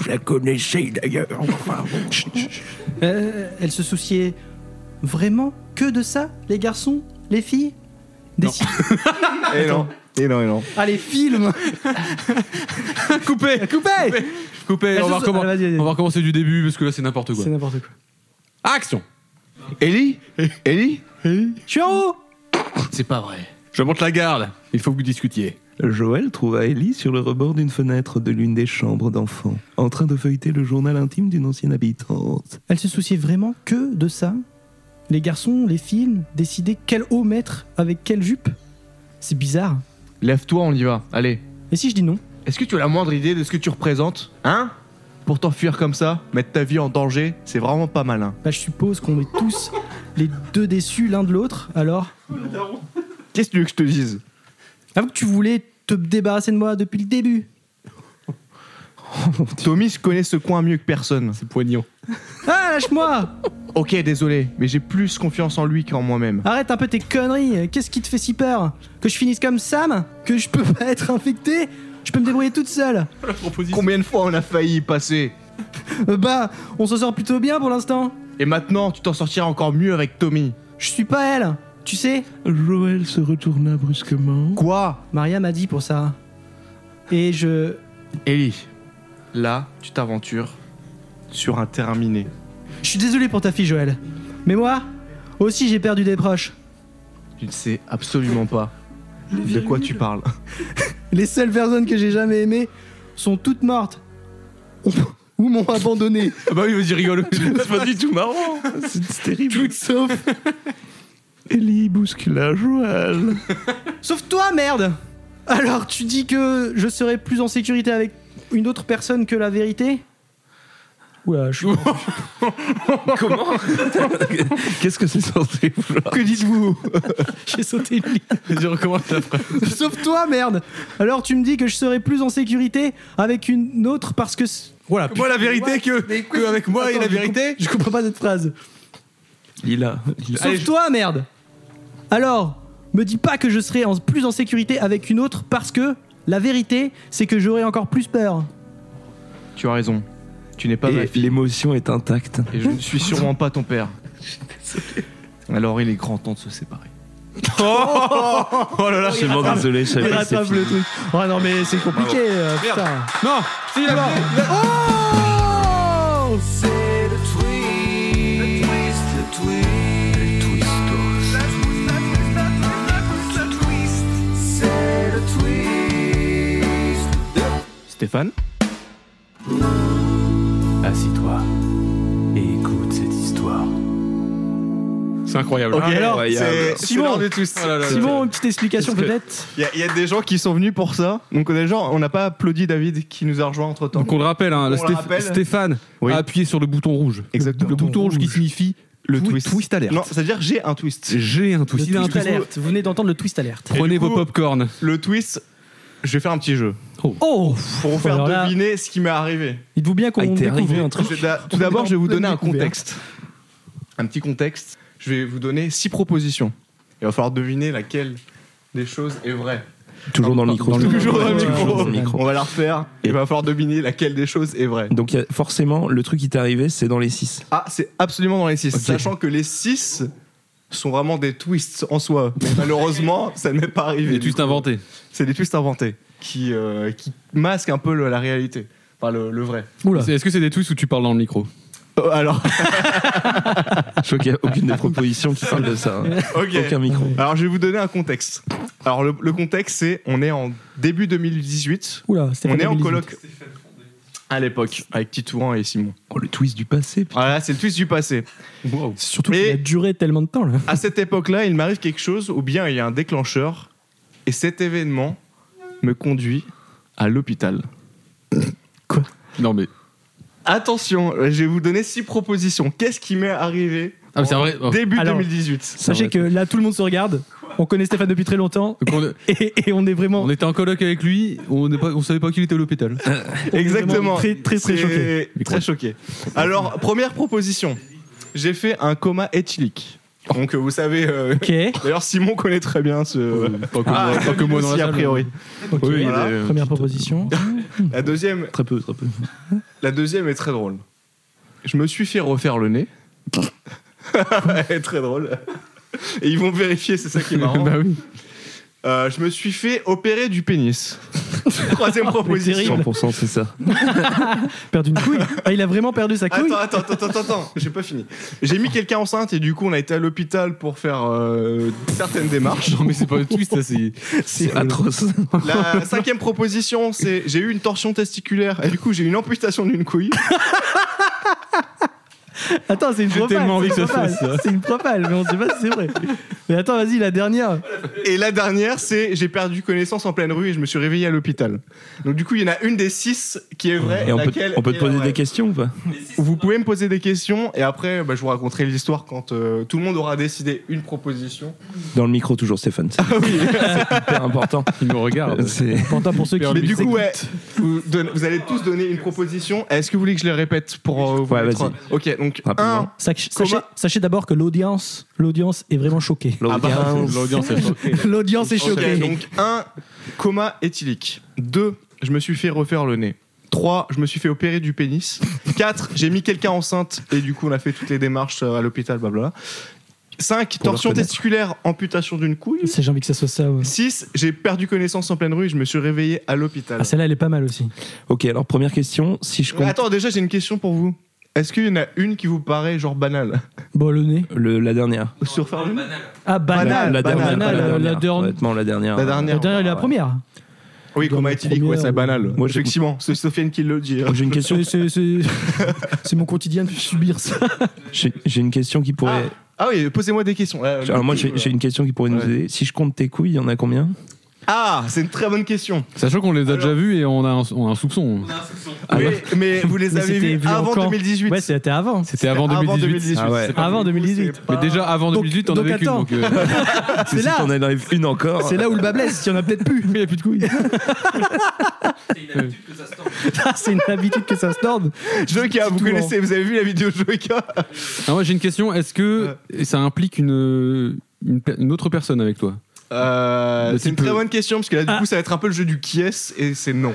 Je la connaissais d'ailleurs. Enfin, bon.
Euh, elle se souciait vraiment que de ça, les garçons, les filles Décide.
Et non. Et non, et non.
[laughs]
Allez, filme
Coupé
Coupé
Coupé,
Vas-y,
on va, recommen-
vas-y, vas-y.
on va recommencer du début parce que là c'est n'importe quoi.
C'est n'importe quoi.
Action
Ellie Ellie
Je suis en haut
C'est pas vrai. Je monte la garde. Il faut que vous discutiez.
Joël trouva Ellie sur le rebord d'une fenêtre de l'une des chambres d'enfants, en train de feuilleter le journal intime d'une ancienne habitante.
Elle se souciait vraiment que de ça Les garçons, les films, décider quel haut mettre avec quelle jupe C'est bizarre.
Lève-toi, on y va. Allez.
Et si je dis non
Est-ce que tu as la moindre idée de ce que tu représentes Hein
Pour t'enfuir comme ça, mettre ta vie en danger, c'est vraiment pas malin.
Bah, je suppose qu'on est tous les deux déçus l'un de l'autre, alors
Qu'est-ce que tu veux que je te dise
Avoue que tu voulais te débarrasser de moi depuis le début.
Tommy se connaît ce coin mieux que personne.
C'est poignant.
Ah, lâche-moi
Ok, désolé, mais j'ai plus confiance en lui qu'en moi-même.
Arrête un peu tes conneries, qu'est-ce qui te fait si peur Que je finisse comme Sam Que je peux pas être infecté Je peux me débrouiller toute seule
Combien de fois on a failli y passer
Euh, Bah, on s'en sort plutôt bien pour l'instant.
Et maintenant, tu t'en sortiras encore mieux avec Tommy.
Je suis pas elle, tu sais
Joël se retourna brusquement.
Quoi
Maria m'a dit pour ça. Et je...
Ellie, là, tu t'aventures sur un terrain miné.
Je suis désolé pour ta fille, Joël. Mais moi, aussi j'ai perdu des proches.
Tu ne sais absolument pas de quoi tu parles.
Les seules personnes que j'ai jamais aimées sont toutes mortes. [laughs] Ou m'ont abandonné.
Ah bah oui, vas-y,
[laughs]
rigole.
C'est pas du tout marrant. C'est
[laughs]
c'est terrible.
Toutes sauf...
Ellie bouscula Joël.
Sauf toi, merde Alors tu dis que je serais plus en sécurité avec une autre personne que la vérité Oula, [laughs] je
Comment Qu'est-ce que c'est censé vouloir
Que dites-vous
j'ai sauté une
[laughs]
ligne.
Je recommence la phrase.
Sauf toi, merde Alors tu me dis que je serais plus en sécurité avec une autre parce que... c-
Voilà. Moi, la vérité que, que avec moi et
Attends,
la
je
vérité.
comp- Je comprends pas cette phrase.
Lila. Lila.
Sauf toi, merde Alors, me dis pas que je serais en- plus en sécurité avec une autre parce que la vérité, c'est que j'aurais encore plus peur.
Tu as raison. Tu n'es pas ma
Et
fille.
l'émotion est intacte.
Et je ne suis sûrement pas ton [laughs] père. Alors il est grand temps de se [laughs] séparer.
Oh là là.
Je suis vraiment désolé, je savais pas que c'était
Irratable, le
fini.
truc. Oh non, mais c'est compliqué, euh, putain.
Non. Si d'abord.
Oh
C'est le twist, le twist, le twist, le twistos. Le twist, c'est le twist.
Stéphane
Assis-toi et écoute cette histoire.
C'est incroyable.
Ok, alors,
Incroyable.
c'est-
Simon.
c'est l'heure des twists.
Oh là là.
Simon, une petite explication
Est-ce que-
peut-être
Il y, a- il y a des gens qui sont venus pour ça. Donc des gens, on n'a pas applaudi David qui nous a rejoint entre temps.
Donc on le rappelle, hein,
On
Stéph-
le rappelle.
Stéphane
Oui.
a appuyé sur le bouton rouge.
Exactement.
Le bouton rouge qui signifie
Le
twi-
twist.
twist alert.
Non, c'est-à-dire j'ai un twist.
J'ai un twist.
Le
Il a un
twist
twist.
alerte. Vous venez d'entendre le twist alerte.
Prenez
Et du
vos
coup-
popcorn.
Le twist, je vais faire un petit jeu
Oh
pour vous faire
Alors là,
deviner ce qui m'est arrivé.
Dites-vous bien qu'on
Ah, il t'est
découvre.
arrivé un truc.
Je vais d'a- tout
On
d'abord,
est en
je vais vous
pleine
donner un
découverte.
contexte. Un petit contexte. Je vais vous donner six propositions. Il va falloir deviner laquelle des choses est vraie.
Toujours dans le micro.
[laughs] Toujours dans le
Toujours
micro.
dans le micro.
On va la refaire. Il va falloir deviner laquelle des choses est vraie.
Donc il y a- forcément, le truc qui t'est arrivé, c'est dans les 6.
Ah, c'est absolument dans les six.
Ok.
Sachant que les six sont vraiment des twists en soi. Mais [laughs] malheureusement, ça ne m'est pas arrivé.
Et tu t'es inventé.
C'est des twists inventés qui, euh, qui masquent un peu le- la réalité. Enfin, le, le vrai.
Oula.
C'est- Est-ce que c'est des twists où tu parles dans le micro
Euh, alors,
Je crois qu'il n'y a aucune des propositions qui parle de [laughs] ça. hein.
[laughs] ok.
Aucun micro.
Alors, je vais vous donner un contexte. Alors, le, le contexte, c'est on est en début 2018.
Oula,
on
Stéphane
est en
Bélizy.
colloque. À l'époque, avec Titouan et Simon.
Oh, le twist du passé. putain.
Voilà, c'est le twist du passé.
Surtout
Mais-
qu'il a duré tellement de temps là.
À cette époque-là, il m'arrive quelque chose, ou bien il y a un déclencheur, et cet événement me conduit à l'hôpital.
Non mais.
Attention, je vais vous donner six propositions. Qu'est-ce qui m'est arrivé
Ah, mais c'est
en
vrai. oh.
Début
Alors-
2018.
Sachez que là, tout le monde se regarde. On connaît Stéphane depuis très longtemps.
Donc, on,
Et, et on est vraiment.
on était en coloc avec lui, on n'est pas- on savait pas qu'il était à l'hôpital.
on est
Exactement.
vraiment Très, très, très
C'est
choqué.
Très choqué. Alors, première proposition. J'ai fait un coma éthylique. Donc, vous savez. euh,
Ok.
D'ailleurs, Simon connaît très bien ce.
Oh, Pas que moi, pas que
David
moi dans
aussi,
la
a
salle. hein.
priori.
ok.
Oui, il y a
voilà.
Euh,
des-
Première proposition.
La deuxième,
Très peu, très peu.
la deuxième est très drôle. Je me suis fait refaire le nez. [laughs] Elle est très drôle. Et ils vont vérifier, c'est ça qui est marrant.
bah oui.
Euh, je me suis fait opérer du pénis. Troisième proposition.
100%, c'est [laughs] ça.
perdu une
[laughs]
couille. Ah, il a vraiment perdu sa couille.
Attends, attends, attends, attends, attends, j'ai pas fini. J'ai mis quelqu'un enceinte et du coup on a été à l'hôpital pour faire euh, certaines démarches.
Non, mais c'est pas un twist, ça,
[laughs]
c'est
C'est atroce.
La cinquième proposition, c'est j'ai eu une torsion testiculaire et du coup j'ai eu une amputation d'une couille.
Attends, c'est une
J'ai
propale.
tellement envie
c'est une
que ça se fasse,
propale.
ça.
C'est une propale, mais on sait pas si c'est vrai. Mais attends, vas-y, la dernière.
Et la dernière, c'est j'ai perdu connaissance en pleine rue et je me suis réveillé à l'hôpital. Donc du coup il y en a une des six qui est vraie.
Et on peut,
laquelle
on peut
est
te poser
vraie.
des questions ou pas
Vous pouvez me poser des questions et après bah, je vous raconterai l'histoire quand euh, tout le monde aura décidé une proposition.
Dans le micro, toujours, Stéphane. [laughs] C'est hyper [laughs] important.
Il me regarde.
C'est-
Pantin pour ceux qui.
Mais du coup, ouais, vous, donne- vous allez tous donner une proposition. Est-ce que vous voulez que je les répète pour euh, vous
Ouais,
mettre-
vas-y.
Ok, donc
Rapidement.
un,
Sach- Sachez, sachez d'abord que l'audience, l'audience est vraiment choquée.
bah, L'audience.
L'audience est choquée.
[laughs] L'audience est
Ok,
choquée.
donc un, coma éthylique. 2. Je me suis fait refaire le nez. 3. Je me suis fait opérer du pénis. 4. J'ai mis quelqu'un enceinte et du coup on a fait toutes les démarches euh, à l'hôpital, blablabla. 5.
le
Torsion
reconnaître.
testiculaire, amputation d'une couille.
C'est j'ai envie que ça soit ça. Ouais.
6. J'ai perdu connaissance en pleine rue et je me suis réveillé à l'hôpital.
Ah, celle-là, elle est pas mal aussi.
Ok, alors première question. Si je compte
Attends, déjà j'ai une question pour vous. Est-ce qu'il y en a une qui vous paraît genre banale
Bon, le nez.
le- la dernière.
Sur faire le nez
Ah, banal.
la dernière.
banal,
pas
la
la dernière.
dernière.
Honnêtement, la dernière.
La dernière.
La dernière et la
ouais.
première.
Oui,
Dans
coma
la
éthylique, ouais,
première,
c'est
euh,
banal.
Moi, j'ai-
Effectivement, c'est Sofiane qui le dit. hein.
J'ai une question.
C'est- Euh, c'est- C'est [laughs] c'est mon quotidien de subir ça.
J'ai j'ai une question qui pourrait.
Ah oui, posez-moi des questions. Euh,
alors moi,
le-
j'ai j'ai une question qui pourrait nous
Ouais.
aider. Si je compte tes couilles, il y en a combien
Ah, c'est une très bonne question.
Sachant qu'on les a déjà vus et on a un, on a un soupçon.
Oui, mais vous les
Ah, Mais
avez
c'était
vus
vu
avant
encore.
2018.
Ouais, c'était avant.
C'était avant 2018.
Ah ouais.
Avant 2018.
Mais déjà avant
Donc-
2018, on
donc
avait qu'une.
attends.
Donc, euh,
C'est
Si
là.
t'en enlèves une encore.
C'est là où le bas blesse, il y en a peut-être plus. Mais il n'y a plus de couilles. [laughs] Ah, C'est une habitude que ça se torde.
Joker, vous
tout, hein.
connaissez, vous avez vu la vidéo de Joker
Ah, moi, j'ai une question. Est-ce que ça implique une, une, per- une autre personne avec toi
Euh,
Le
C'est une
type,
très
euh,
bonne question parce que là, du
Bah, Ah.
coup, ça va être un peu le jeu du qui est et c'est non.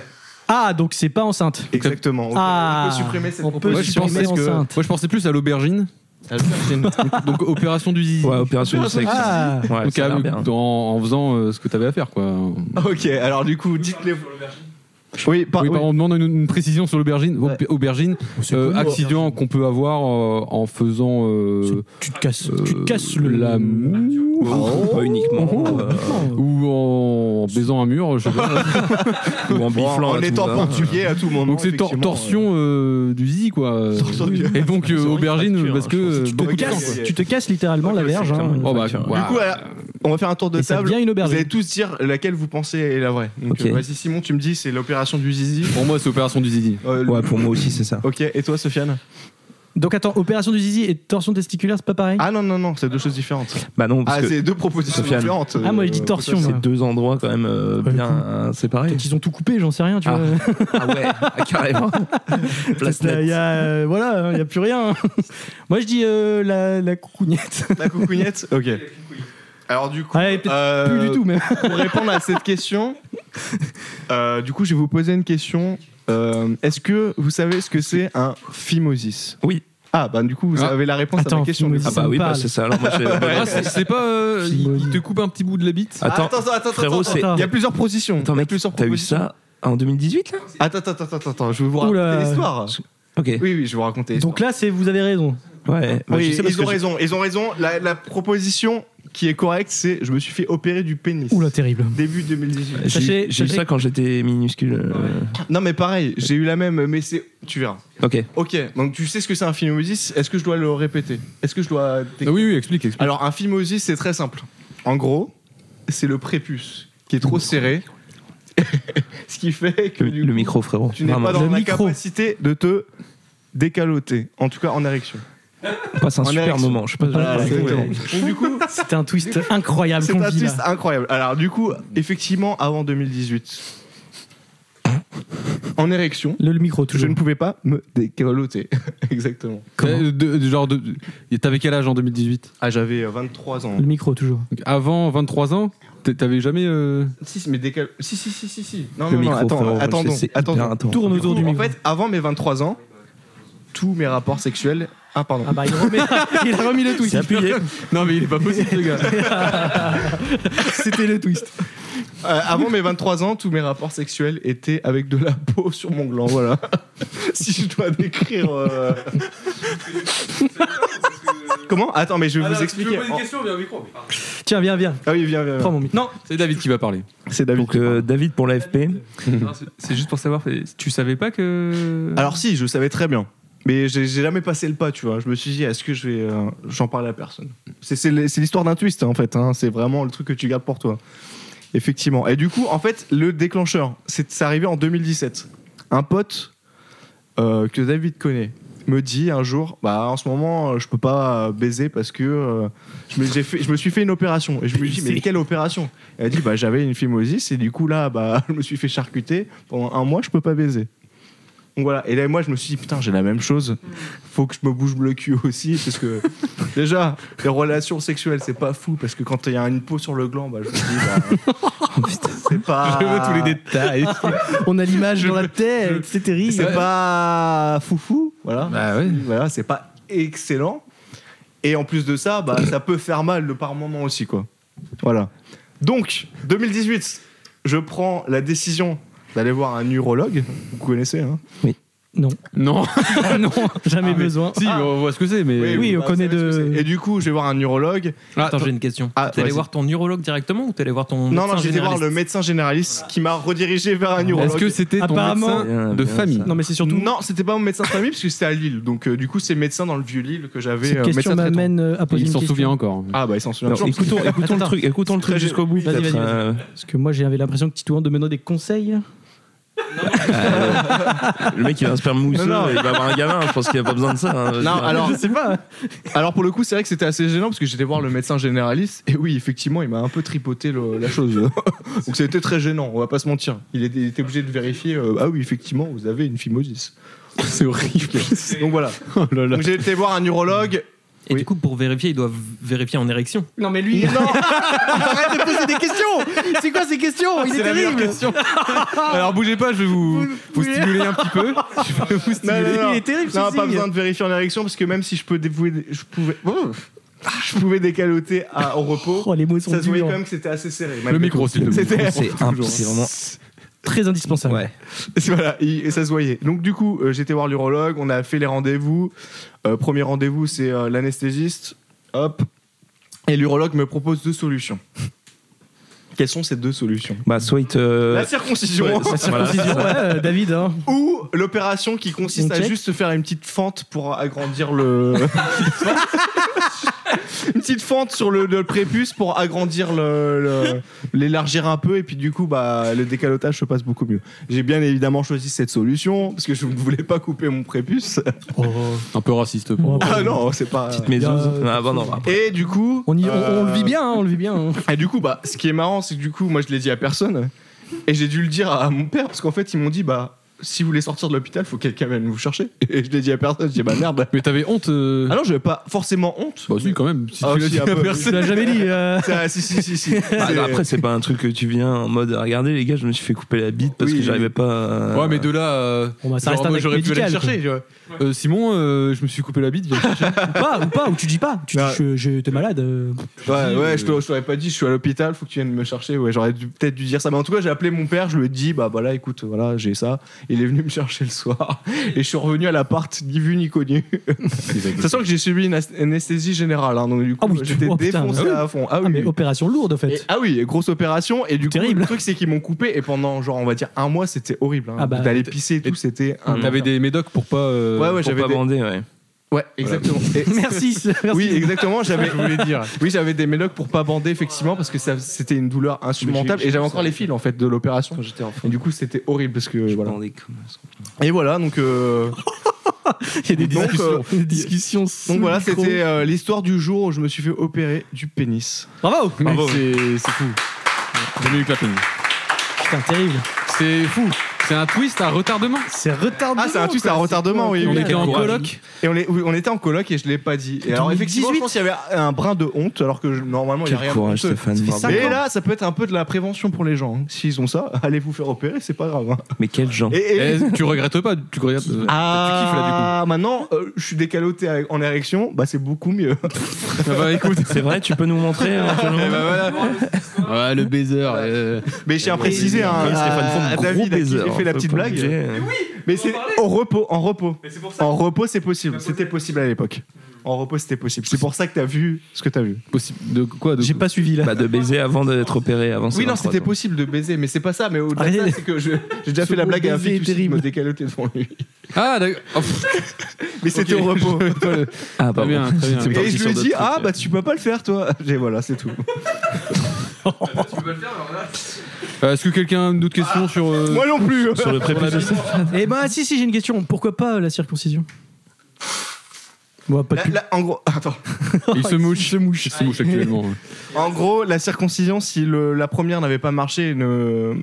Ah, donc c'est pas enceinte.
Exactement. Ok,
Ah.
on peut supprimer cette
On peut
Moi,
proposition.
je
supprimer
pensais que-
enceinte.
Moi, je pensais plus à l'aubergine. [laughs] Donc, opération du zizi.
Ouais, opération du sexe.
Ah,
Ouais,
Donc,
ça a
à-
l'air bien.
en, en faisant euh, ce que t'avais à faire, quoi.
Ah, Ok, alors du coup, dites-les. Oui, par-
oui,
oui.
par- on demande une, une précision sur l'aubergine.
Ouais.
Au- Aubergine, euh, accident qu'on peut avoir euh, en faisant. euh,
tu te casses,
euh,
tu te casses le
l'amour.
Pas uniquement. euh,
Ou en baisant un mur,
Ah,
je sais pas.
ou
Bon,
en biflant.
en
à tout
étant
va.
portugais à tout moment.
Donc c'est tor-
effectivement,
torsion euh, du zizi quoi.
Torsion du-
Et donc euh,
Sur une
aubergine
fracture,
parce
hein,
que euh,
je pense.
Tu te,
beaucoup de
regardes,
temps, quoi.
casses, tu te casses littéralement la verge. hein.
clairement
Oh bah
fracture.
euh.
waouh.
Du coup, voilà, on va faire un tour de
Et ça
table.
devient une aubergine.
Vous allez tous dire laquelle vous pensez est la vraie. Donc,
Ok.
euh, Vas-y, Simon, tu me dis, c'est l'opération du zizi.
Pour moi c'est opération du zizi.
Euh, le-
Ouais, pour moi aussi, c'est ça.
Ok, et toi, Sofiane
Donc attends, opération du zizi et torsion testiculaire, c'est pas pareil
Ah non, non, non, c'est deux choses différentes.
Bah non, parce
Ah,
que
c'est deux propositions
Sofiane.
différentes.
Ah, moi, je
euh,
dis torsion,
propositions.
moi.
c'est deux endroits quand même euh,
Ouais,
bien
cool.
euh, séparés.
Peut-être qu'ils ont tout coupé, j'en sais rien, tu
Ah.
vois.
Ah ouais, [laughs] ah,
[laughs]
carrément. Place
Il y
nette.
a, euh, voilà, il n'y a plus rien. [laughs] Moi, je dis euh, la, la coucougnette.
La coucougnette Ok. Alors du coup,
Ouais, peut-être
euh,
[laughs] Plus du tout, même.
pour répondre à cette question, euh, du coup, je vais vous poser une question. Euh, Est-ce que vous savez ce que c'est un phimosis
Oui.
Ah bah du coup, vous
Ah.
avez la réponse à
Attends,
ma question. du coup.
Ah
Ça
bah
me
oui, bah,
parle.
c'est ça. Alors moi, j'ai-
Ah, c'est c'est pas euh, il il te coupe un petit bout de la bite.
Ah,
Attends,
attends, attends, attends,
frérot,
attends,
c'est-
Il y a plusieurs propositions.
attends
Il y a
mec,
plusieurs
t'as eu
propositions.
ça en 2018 là
Attends, attends, attends, attends, attends, je vais vous
Oula.
raconter l'histoire.
Ok.
Oui, oui, je vais vous raconter l'histoire.
Donc là, c'est vous avez raison.
Ouais. bah, je
Oui,
sais parce
ils ont
que j'ai-
raison, ils ont raison. La, la proposition qui est correcte, c'est je me suis fait opérer du pénis.
Oula, [laughs] terrible.
Début 2018.
J'ai
Sachez-
eu- j'ai eu
sachez-
ça quand j'étais minuscule. euh,
Non, mais pareil, j'ai eu la même, mais c'est. Tu verras.
Ok.
Ok, donc tu sais ce que c'est un phimosis. Est-ce que je dois le répéter Est-ce que je dois.
Ah oui oui explique explique.
Alors, un phimosis, c'est très simple. En gros, c'est le prépuce qui est trop serré. [laughs] ce qui fait que
Le,
du
le
coup,
micro, frérot.
tu n'es
Vraiment.
pas dans
Le
la
micro.
capacité de te décaloter. En tout cas, en érection.
On passe un
en
super
érection.
moment. Je sais pas.
Voilà,
Ouais.
Ah, exactement.
Donc, du
[laughs]
coup,
C'était un twist incroyable
c'est
qu'on
un
vit
twist
là.
incroyable. Alors, du coup, effectivement, avant 2018, en érection,
Le, le micro,
je
toujours.
ne pouvais pas me décaloter. [laughs] Exactement.
Comment
Euh, de- de- genre de t'avais quel âge en 2018
Ah, j'avais euh, 23 ans.
Le micro, toujours.
Donc, Avant 23 ans t'es- t'avais jamais euh,
Si, mais décal... Si, si, si, si, si. Non, non,
Le
non,
micro,
attends,
frérot,
attendons,
c'est hyper
attendons.
intense.
Tourne autour du
En
micro.
fait, avant mes 23 ans, tous mes rapports sexuels... Ah, pardon.
Ah bah, il, remet- [laughs] il a [laughs] remis le twist.
C'est appuyé.
Non mais il est pas possible le gars.
C'était le twist.
Euh, avant mes 23 ans, tous mes rapports sexuels étaient avec de la peau sur mon gland, voilà. [laughs] si je dois décrire. [laughs] euh, Comment Attends, mais je vais vous expliquer.
Tiens, viens, viens.
Ah oui, viens, viens.
Prends mon micro. Non,
C'est David qui va [laughs] parler.
C'est David.
Donc, euh, David pour l'AFP.
C'est juste pour savoir, tu savais pas que.
Euh,
Alors si, je savais très bien. Mais j'ai j'ai jamais passé le pas, tu vois. Je me suis dit, est-ce que je vais. euh, J'en parle à personne. C'est- C'est le- c'est l'histoire d'un twist, hein, en fait. hein. C'est vraiment le truc que tu gardes pour toi. Effectivement. Et du coup, en fait, le déclencheur, c'est c'est arrivé en 2017. Un pote euh, que David connaît me dit un jour bah en ce moment euh, je peux pas euh, baiser parce que euh, je, me, j'ai fait- je me suis fait une opération et je me dis mais quelle opération elle dit bah j'avais une phimosis et du coup là bah [laughs] je me suis fait charcuter pendant un mois je peux pas baiser donc voilà et là moi je me suis dit putain j'ai la même chose faut que je me bouge le cul aussi parce que [laughs] déjà les relations sexuelles c'est pas fou parce que quand il y a une peau sur le gland bah je me dis
[laughs]
bah, c'est pas
Oh, Je veux tous les détails.
On a l'image dans la tête, c'est Bah terrible.
c'est pas foufou, voilà. Voilà, c'est pas excellent. Et en plus de ça, bah, ça peut faire mal de par moment aussi, quoi. Voilà. Donc, 2018, je prends la décision d'aller voir un urologue. Vous connaissez, hein
Non.
Non.
non, jamais
Ah, mais-
besoin.
Si, mais on voit ce que c'est, mais.
Oui, oui, on connaît de.
Et du coup, je vais voir un urologue.
Attends, j'ai une question.
Ah,
t'es allé
vas-y.
voir ton urologue directement ou t'es allé voir ton.
Non,
médecin
non, j'ai été voir
généraliste
le médecin généraliste qui m'a redirigé vers un urologue.
Est-ce que c'était ton
Apparemment-
médecin de
Bien,
famille
ça.
Non, mais c'est surtout.
Non, c'était pas mon médecin de famille parce que c'était à Lille. Donc, euh, du coup, c'est médecin dans le vieux Lille que j'avais.
Cette
euh, médecin
question
traitant.
m'amène euh, à poser
Il
une
s'en
question.
souvient encore. hein.
Ah, bah, il s'en souvient
Non,
toujours. parce que-
écoutons écoutons le
Attends.
truc, écoutons le truc
Très-
jusqu'au bout.
Vas-y,
peut-être,
vas-y, vas-y.
euh,
Parce que moi, j'avais l'impression que Titouan de me donner des conseils.
euh, le mec il a un sperme mousseux,
Non, non.
il va avoir un gamin. Je pense qu'il a pas besoin de ça. hein.
Non, [laughs] alors,
Je sais pas.
Alors pour le coup, c'est vrai que c'était assez gênant parce que j'étais voir le médecin généraliste et oui, effectivement, il m'a un peu tripoté le- la [laughs] chose. Donc c'était très gênant, on va pas se mentir. Il était, il était obligé de vérifier euh, ah oui, effectivement, vous avez une phimosis. C'est horrible. Oh Donc voilà. Donc j'ai été voir un urologue.
Et du coup, pour vérifier, ils doivent vérifier en
[laughs]
érection.
Non, mais lui.
[laughs]
Arrête de poser des questions C'est quoi ces questions Il est, terrible
Alors bougez pas, je vais vous, vous stimuler un petit peu. Je vais vous
Non,
stimuler.
non, non.
Il est terrible, ce
Non, pas
signe.
besoin de vérifier en érection parce que même si je peux dévouer, je pouvais, oh, je pouvais décaloter à- au repos.
Oh, les mots sont
ça se voyait
durs.
quand même que c'était assez serré.
Le micro, s'il te plaît.
C'était-
c'est imp- c'est vraiment.
Très indispensable.
Ouais.
Et [laughs] voilà, il- et ça se voyait. Donc du coup, euh, j'étais voir l'urologue, on a fait les rendez-vous. Euh, premier rendez-vous, c'est euh, l'anesthésiste. Hop. Et l'urologue me propose deux solutions. Quelles sont ces deux solutions
Bah soit il te.
La circoncision
Précision, ouais, euh, David, hein.
ou l'opération qui consiste
On
à
check.
juste se faire une petite fente pour agrandir le. [laughs] une petite fente sur le, le prépuce pour agrandir le. le- l'élargir un peu et puis du coup, bah, le décalotage se passe beaucoup mieux. J'ai bien évidemment choisi cette solution parce que je ne voulais pas couper mon prépuce.
Oh.
Un peu raciste pour moi.
Ah non, c'est pas.
Petite maison.
Euh,
Il y a-
Ah bah non. bah,
Et du coup.
on, y- on- on le
euh,
vit bien, hein, on le vit bien. hein.
et du coup, bah, ce qui est marrant, c'est que du coup, moi, je l'ai dit à personne. Et j'ai dû le dire à mon père, parce qu'en fait, ils m'ont dit, bah, si vous voulez sortir de l'hôpital, faut que quelqu'un vienne vous chercher. [laughs] Et je l'ai dit à personne, j'ai dit, bah merde.
Mais t'avais honte. euh,
Alors, j'avais pas forcément honte.
Bah si, quand même. Si
Ah,
tu l'as
si,
dit
un
à
peu.
Tu
personne.
l'as
[laughs]
jamais dit. euh.
Ça, si, si, si, si.
Bah,
C'est-
après c'est pas un truc que tu viens en mode ah, regardez les gars je me suis fait couper la bite parce
Oui.
que j'arrivais pas à...
Ouais, mais de là. euh,
Bon, bah, ça
genre,
reste un
moi,
acte
J'aurais pu aller le
médical,
chercher. tu vois. Euh, Simon, euh, je me suis coupé la bite. viens le chercher.
ou pas, ou pas, ou tu dis pas. Tu dis,
Non.
je, je- t'es malade. euh.
ah ouais, ouais, je te- je t'aurais pas dit, je suis à l'hôpital, faut que tu viennes me chercher. Ouais, j'aurais dû- peut-être dû dire ça. Mais en tout cas, j'ai appelé mon père, je lui ai dit, bah voilà, écoute, voilà, j'ai ça. Il est venu me chercher le soir. [laughs] Et je suis revenu à l'appart, ni vu ni connu. Sachant que j'ai subi une as- anesthésie générale, hein, donc du coup,
Ah oui,
j'étais
oh, putain.
défoncé
Ah oui.
à fond. Ah oui,
Ah, mais
oui.
opération lourde, en fait.
Et- ah oui, grosse opération. Et du coup,
Terrible.
le truc, c'est qu'ils m'ont coupé. Et pendant, genre, on va dire un mois, c'était horrible. Hein.
Ah bah,
D'aller pisser et tout, c'était un.
T'avais des médocs pour pas. euh,
Ouais, ouais,
pour
j'avais
pas
des-
bander ouais.
Ouais,
[laughs]
exactement. Et-
[laughs]
[laughs]
Merci. merci.
Oui, exactement.
[laughs]
J'avais, je voulais dire. Oui, j'avais des médocs pour pas bander, effectivement, parce que ça, c'était une douleur insurmontable. Et j'avais encore les fils, en fait, de l'opération.
j'étais enfant
Et du coup, c'était horrible parce que voilà.
bandais comme ça.
Et voilà,
[laughs]
donc. euh,
Il y a des
Donc,
discussions.
euh,
Des discussions sous
Donc voilà,
le micro.
c'était euh, l'histoire du jour où je me suis fait opérer du pénis.
Bravo.
mec, C'est c'est fou. J'ai mis le clapping.
Putain, terrible.
C'est fou. C'est un twist à retardement.
C'est retardement.
Ah, c'est un twist à retardement, oui.
On
oui.
était en
Courage.
coloc.
Et on, est- oui, on était en coloc et je l'ai pas dit. Et alors, effectivement, je pense qu'il y avait un brin de honte, alors que je- normalement, il y a
Quel
rien de
courage,
honteux.
Stéphane. Ça fait cinq
Mais
ans.
là, ça peut être un peu de la prévention pour les gens. hein. S'ils ont ça, [laughs] allez vous faire opérer, c'est pas grave. hein.
Mais quel genre
Et- et-
Eh, tu regrettes pas Tu regrettes euh, Tu kiffes là
Ah, maintenant, euh, je suis décaloté avec- en érection, bah c'est beaucoup mieux.
du coup. Ah bah écoute.
C'est vrai, tu peux
[laughs]
nous montrer hein,
Eh
Jean-Laurent
ben,
bah voilà. Ouais, le baiser. euh,
Mais je tiens à
Oui,
préciser hein,
oui, Stéphane Fond,
à, à
gros
David à qui
baiser,
j'ai fait la
on peut
petite
pas
blague.
obliger, euh. Mais
Mais c'est au repos, en repos. En repos, c'est possible. C'était possible à l'époque. En repos, c'était possible. C'est pour ça que t'as vu ce que t'as vu.
Possible de quoi de-
J'ai pas suivi là.
Bah, de baiser avant d'être opéré, avant ses
Oui, non,
23
c'était
ans.
possible de baiser, mais c'est pas ça. Mais au-delà de
Arrêtez.
ça, c'est que je- j'ai déjà
Ce
fait la
mot
blague à un
baiser
fils
est terrible.
me décaloter devant lui.
Ah d'accord. Oh, pff,
Mais c'était
ok.
au
[laughs]
[laughs] repos.
Ah,
Très
pardon.
bien, très bien.
C'est
Et
parti
je
sur
lui ai
d'autres
dit,
trucs.
ah bah tu peux pas le faire toi. [laughs] Et voilà, c'est tout.
Euh, Est-ce que quelqu'un a une autre question sur euh,
Moi non plus. [laughs]
Sur le prépuce.
Eh ben, si, si, j'ai une question. Pourquoi pas euh, la circoncision Bon, pas de
Là-
cul.
là, en gros, attends.
Il se mouche. Il se mouche. actuellement. ouais.
En gros, la circoncision, si le- la première n'avait pas marché, ne-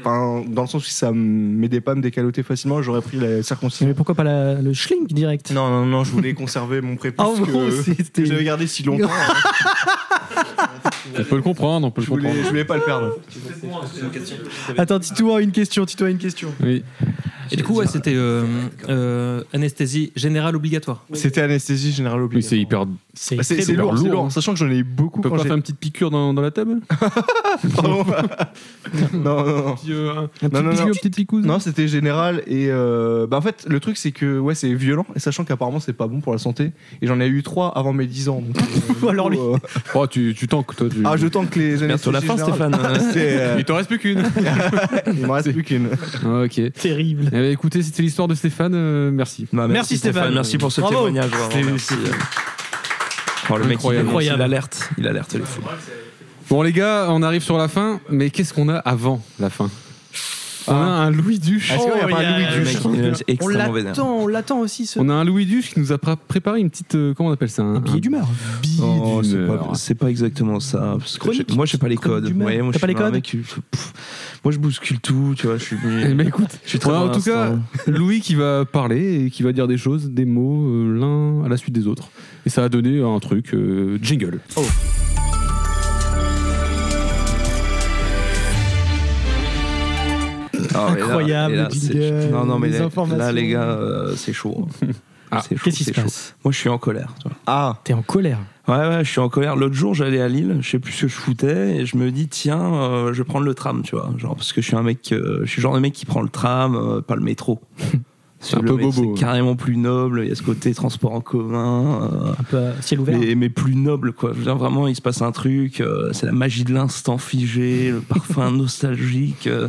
enfin, dans le sens où si ça m'aidait pas à me décaloter facilement, j'aurais pris la
Mais
circoncision.
pourquoi pas la- le schling direct
Non, non, non, je voulais conserver mon
[laughs]
prépuce
En gros,
que, euh,
c'était-
que j'avais gardé si longtemps. hein.
On peut le comprendre, on peut le
je, voulais,
comprendre.
je voulais pas le perdre.
Attends, Tito a une question, Tito a une question.
Oui.
Et du coup, ouais, c'était euh, euh, anesthésie générale
[laughs]
obligatoire.
C'était anesthésie générale
Oui,
obligatoire.
c'est hyper.
C'est
Bah, c'est
très
c'est lourd,
lourd,
c'est
lourd,
lourd.
hein.
Sachant que j'en ai eu beaucoup
On peut
quand
pas
j'ai.
faire une petite piqûre dans, dans la table
Pardon. [laughs] non, non, non.
Un
Non,
petit
non,
piqûre,
non.
petite picouse
Non, c'était général et euh, bah en fait le truc c'est que ouais c'est violent et sachant qu'apparemment c'est pas bon pour la santé et j'en ai eu trois avant mes 10 ans. donc, euh,
Alors lui.
euh,
Oh, tu, tu tanques, toi. Tu...
ah je tente que les années
Merde, sur la fin, Stéphane.
[laughs] Il t'en reste plus qu'une.
euh, il m'en reste plus qu'une.
ok. Eh
Terrible.
ben, écoutez, c'était l'histoire de Stéphane. euh, merci.
Bah,
Merci, Stéphane.
Merci pour ce
Bravo.
témoignage. vraiment,
C'est-
merci. Oh, le mec, il,
Incroyable.
dénonce, il alerte. Il alerte les fous.
Bon, les gars, on arrive sur la fin. Mais qu'est-ce qu'on a avant la fin On a un Louis Duche.
Est-ce qu'il y a
Oh,
pas
il y a-
un Louis
Euh,
Le
Duch
mec, il est
On
extrêmement vénère.
l'attend, on l'attend aussi ce
On a un Louis Duche qui nous a pr- préparé une petite. euh, comment on appelle ça Un,
billet d'humeur.
billet
Oh, c'est
d'humeur.
pas, c'est pas exactement ça. Parce que
euh, Chronique.
je- moi, j'ai pas les
Chronique
codes.
du
Vous voyez,
maire.
moi,
T'as
je
pas
suis
les
un
codes
mec qui- pff, moi, je bouscule tout. Tu vois, je suis.
Eh ben, écoute,
je suis très
on a en
dans
tout cas
l'instant.
[laughs] Louis qui va parler et qui va dire des choses, des mots, euh, l'un à la suite des autres. Et ça a donné un truc euh, jingle.
Ah, mais là-
Incroyable,
et là,
le
c'est-
jingle,
Non, non, mais
les
là,
informations.
là, les gars, euh, c'est chaud.
[laughs]
Ah,
C'est chaud,
qu'est-ce qui
c'est
se
chaud.
passe
Moi, je suis en colère. tu vois.
Ah
T'es en colère.
Ouais, ouais, je suis en colère. L'autre jour, j'allais à Lille, je sais plus ce que je foutais, et je me dis, tiens, euh, je vais prendre le tram, tu vois. Genre, parce que je suis un mec, euh, je suis le genre de mec qui prend le tram, euh, pas le
[laughs]
métro.
C'est un
Le
peu
métro,
bobo,
hein.
C'est
ouais.
carrément plus noble, il y a ce côté transport en commun. euh,
Un peu à ciel ouvert.
mais, mais plus noble quoi. Je veux dire, vraiment, il se passe un truc. euh, c'est la magie de l'instant figé, le parfum nostalgique euh,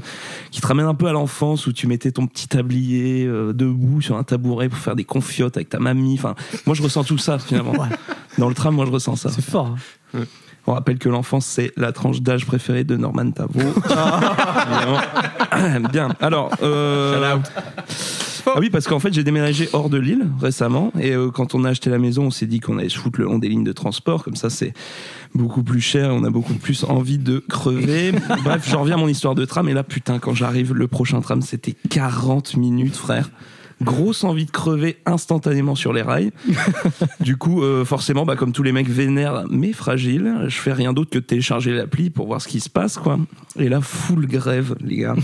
qui te ramène un peu à l'enfance où tu mettais ton petit tablier euh, debout sur un tabouret pour faire des confiottes avec ta mamie. Enfin, moi, je ressens tout ça finalement. Dans le tram, moi, je ressens ça.
C'est fort. hein.
On rappelle que l'enfance, c'est la tranche d'âge préférée de Norman Tavo. Évidemment. Bien. Alors. Euh... Ah oui, parce qu'en fait, j'ai déménagé hors de Lille récemment. Et euh, quand on a acheté la maison, on s'est dit qu'on allait se foutre le long des lignes de transport. Comme ça, c'est beaucoup plus cher. et On a beaucoup plus envie de crever. Bref, j'en reviens à mon histoire de tram. Et là, putain, quand j'arrive, le prochain tram, c'était 40 minutes, frère. Grosse envie de crever instantanément sur les rails. Du coup, euh, forcément, bah, comme tous les mecs vénères mais fragiles, je fais rien d'autre que de télécharger l'appli pour voir ce qui se passe, quoi. Et là, full grève, les gars.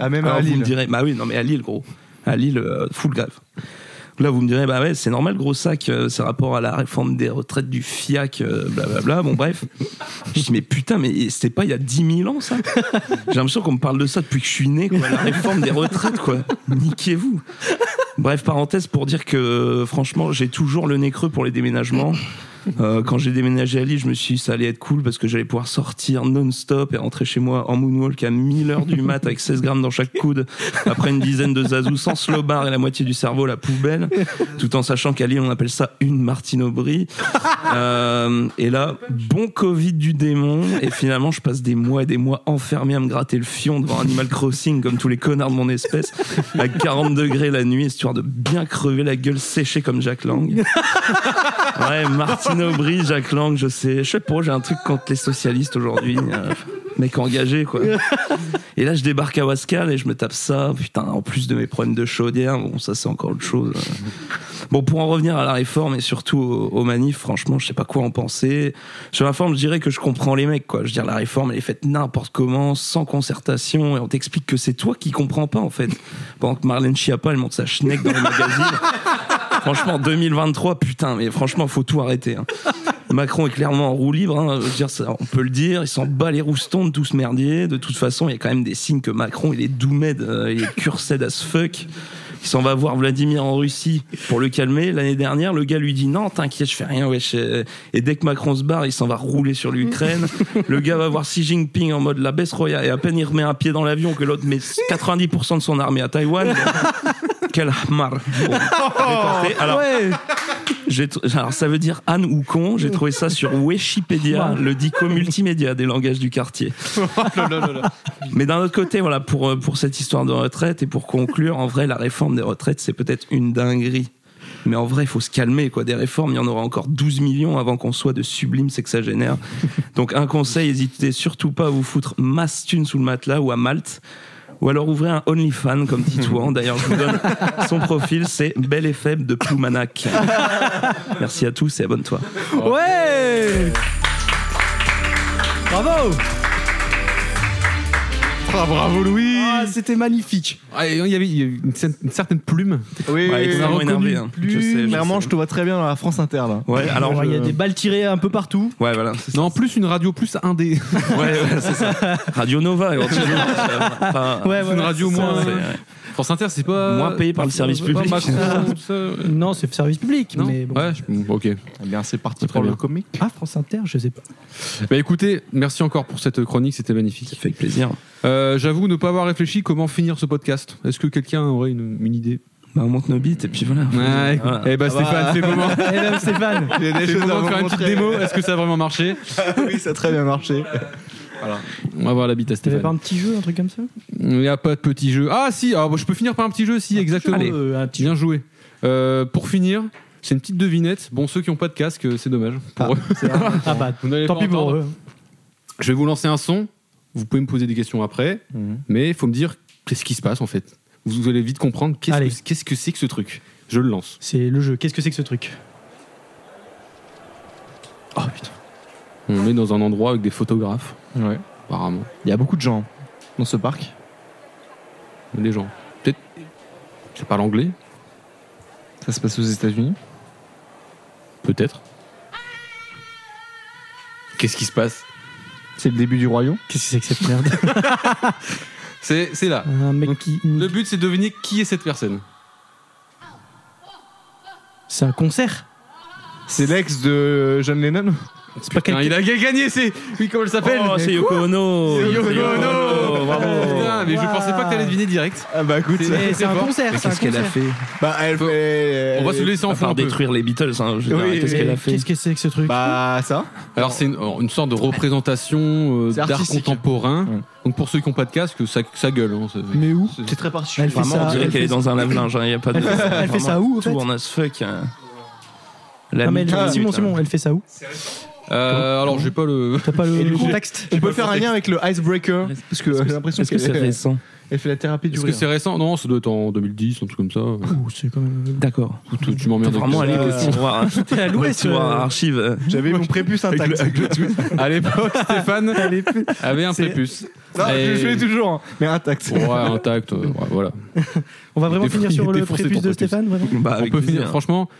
ah même
Alors
à
vous me
[laughs] Lille.
direz, bah oui, non mais à Lille, gros. À Lille, euh, full grève. Là, vous me direz, bah ouais, c'est normal, gros sac, euh, c'est rapport à la réforme des retraites du FIAC, euh, blablabla. Bon, bref. Je dis, mais putain, mais c'était pas il y a 10 000 ans, ça J'ai l'impression qu'on me parle de ça depuis que je suis né, quoi. La réforme des retraites, quoi. Niquez-vous. Bref, parenthèse pour dire que euh, franchement, j'ai toujours le nez creux pour les déménagements. Euh, quand j'ai déménagé à Lille, je me suis dit ça allait être cool parce que j'allais pouvoir sortir non-stop et rentrer chez moi en moonwalk à 1000 heures du mat avec 16 grammes dans chaque coude après une dizaine de zazous sans slobard et la moitié du cerveau à la poubelle tout en sachant qu'à Lille on appelle ça une Martine Aubry Euh, et là bon Covid du démon et finalement je passe des mois et des mois enfermé à me gratter le fion devant Animal Crossing comme tous les connards de mon espèce à 40 degrés la nuit histoire de bien crever la gueule séchée comme Jack Lang Ouais, Martine Aubry, Jacques Lang, je sais. Je sais pas, j'ai un truc contre les socialistes aujourd'hui. Euh, mec engagé quoi. et là je débarque à Wascal et je me tape ça, putain, en plus de mes problèmes de chaudière, bon ça c'est encore autre chose. hein. Bon pour en revenir à la réforme et surtout aux, aux manifs, franchement je sais pas quoi en penser. Sur la forme je dirais que je comprends les mecs quoi, je veux dire la réforme elle est faite n'importe comment, sans concertation et on t'explique que c'est toi qui comprends pas en fait. Pendant que Marlène Schiappa elle monte sa schneck dans les magazines. franchement 2023 putain mais franchement faut tout arrêter. hein. Macron est clairement en roue libre, hein, je veux dire, ça, on peut le dire, il s'en bat les roustons de tout ce merdier. De toute façon, il y a quand même des signes que Macron, il est doomed, euh, il est cursed as fuck. Il s'en va voir Vladimir en Russie pour le calmer. L'année dernière, le gars lui dit non, t'inquiète, je fais rien, wesh. euh. Et dès que Macron se barre, il s'en va rouler sur l'Ukraine. Le gars va voir Xi Jinping en mode la baisse royale. Et à peine il remet un pied dans l'avion que l'autre met 90% de son armée à Taïwan. Quel hamar. Bon, je vais tenter. Alors, j'ai tr- Alors, ça veut dire Anne ou con. J'ai trouvé ça sur Wikipédia, le dico multimédia des langages du quartier.
Ah,
Mais d'un autre côté, voilà, pour, euh, pour cette histoire de retraite et pour conclure, en vrai, la réforme des retraites, c'est peut-être une dinguerie. Mais en vrai, il faut se calmer, quoi. Des réformes, il y en aura encore 12 millions avant qu'on soit de sublimes sexagénaires. Donc, un conseil, hésitez surtout pas à vous foutre masse thune sous le matelas ou à Malte. Ou alors ouvrez un OnlyFans comme Titouan. D'ailleurs, je vous donne son profil, c'est Belle et Faible de Ploumanac. Merci à tous et abonne-toi.
Ouais Bravo
bravo Louis
C'était magnifique.
Ah, et Il y avait il y a eu une, cer- une certaine plume.
Oui,
Ouais,
oui,
extrêmement
oui.
énervé, hein.
Plus,
Je sais, je
Clairement,
sais.
je te vois très bien dans la France Inter là.
Ouais, alors.
Alors, il y a
je-
des balles tirées un peu partout.
Ouais, voilà. c'est ça.
Non, plus une radio, plus un dé.
Ouais, ouais, c'est ça. Radio Nova, éventuellement.
[laughs]
Enfin,
Ouais,
une
voilà,
radio
c'est ça,
moins.
Ah, c'est-
France Inter, c'est pas.
Moins payé par le service
pas
[laughs] public.
Macron, tout ça, ouais.
[laughs] Non, c'est service public.
Non
mais bon.
Ouais, je- ok.
Eh bien, c'est parti
Très
pour le
bien.
comique.
Ah, France Inter, je sais pas.
Bah écoutez, merci encore pour cette chronique, c'était magnifique.
Fait plaisir.
Euh, J'avoue ne pas avoir réfléchi comment finir ce podcast. Est-ce que quelqu'un aurait une, une idée
Bah, on monte nos bits et puis voilà.
Ouais.
Voilà.
Eh bah Stéphane, c'est le moment.
Eh ben, Stéphane
Il y a des
C'est le
choses à
moment de
vous
faire une petite
montrer.
démo. Est-ce que ça a vraiment marché
Ah oui, ça a très bien marché.
On va voir la bite à
[laughs] T'avais pas
Stéphane.
un petit jeu, un truc comme ça
Il n'y a pas de petit jeu. Ah si, ah, bon, je peux finir par un petit jeu, si, exactement.
Allez. Euh, un petit
Bien joué. Euh, pour finir, c'est une petite devinette. Bon, ceux qui n'ont pas de casque, euh, c'est dommage. Pour eux.
Ah bah,
Vous n'allez
tant
pas
pis pour
entendre.
eux.
Je vais vous lancer un son. Vous pouvez me poser des questions après,
Mhm.
mais il faut me dire qu'est-ce qui se passe en fait. Vous vous allez vite comprendre qu'est-ce
Allez.
que- qu'est-ce que c'est que ce truc. Je le lance.
C'est le jeu. Qu'est-ce que c'est que ce truc Oh putain.
On est dans un endroit avec des photographes,
Ouais.
apparemment.
Il y a beaucoup de gens dans ce parc.
Des gens. Peut-être. Ça parle anglais
Ça se passe aux États-Unis.
Peut-être. Qu'est-ce qui se passe
C'est le début du royaume.
Qu'est-ce que c'est que cette merde
C'est c'est là.
Un mec qui.
Le but, c'est de deviner qui est cette personne.
C'est un concert
C'est l'ex de John Lennon.
C'est pas
Putain,
quelqu'un.
il a gagné, c'est. Oui, comment elle
ben,
s'appelle
Oh, c'est Yoko Ono.
C'est Yoko
C'est
Ono.
Bravo.
Putain, mais je
Waouh.
pensais pas que t'allais deviner direct.
Ah bah écoute.
Mais C'est un
fort.
concert
Mais
c'est un
qu'est-ce qu'elle a
concert.
fait
Bah elle
Faut-
fait.
On va se laisser en
À
fond
part
un peu.
détruire les Beatles, hein, je veux dire,
Oui,
qu'est-ce
mais-
qu'elle a fait
Qu'est-ce que c'est que ce truc
Bah ça.
Alors c'est une, oh, une sorte de représentation euh,
C'est
d'art
artistique.
contemporain.
Ouais.
Donc pour ceux qui n'ont pas de casque, ça, ça gueule. hein, c'est-
Mais où
c'est-
C'est très
Elle
particulier.
fait
On
ça.
dirait
Elle
qu'elle est
fait
dans un lave-linge, il n'y a pas de.
elle fait ça où, en
Tout
fait
en as fuck. hein. La
Non mais
minute,
elle-
hein.
Simon, Simon, elle fait ça où
Euh, alors j'ai pas le.
T'as pas le
coup,
contexte
On peut faire un lien avec le Icebreaker parce que j'ai l'impression
Est-ce que c'est
qu'elle
récent
elle fait la thérapie du
Est-ce que
rire.
c'est récent Non, ça doit être en 2010, un truc comme ça.
Ouh, c'est quand même.
D'accord.
Tu, tu m'emmerdes. avec
Vraiment,
ça.
elle est
Euh,
[laughs] au tiroir. hein.
T'es à
Ouais,
l'ouest
tiroir
euh,
archive. euh.
J'avais mon prépuce intact. [laughs]
À
[laughs]
l'époque, Stéphane avait un prépuce.
Non, je-
Et-
je l'ai toujours, hein, mais intact.
Ouais, intact. euh, ouais, voilà.
On va vraiment
Il était
finir sur
défoncé, ton
le prépuce de
prépuce.
Stéphane vraiment
Bah,
on
avec
peut
plaisir.
finir. Franchement,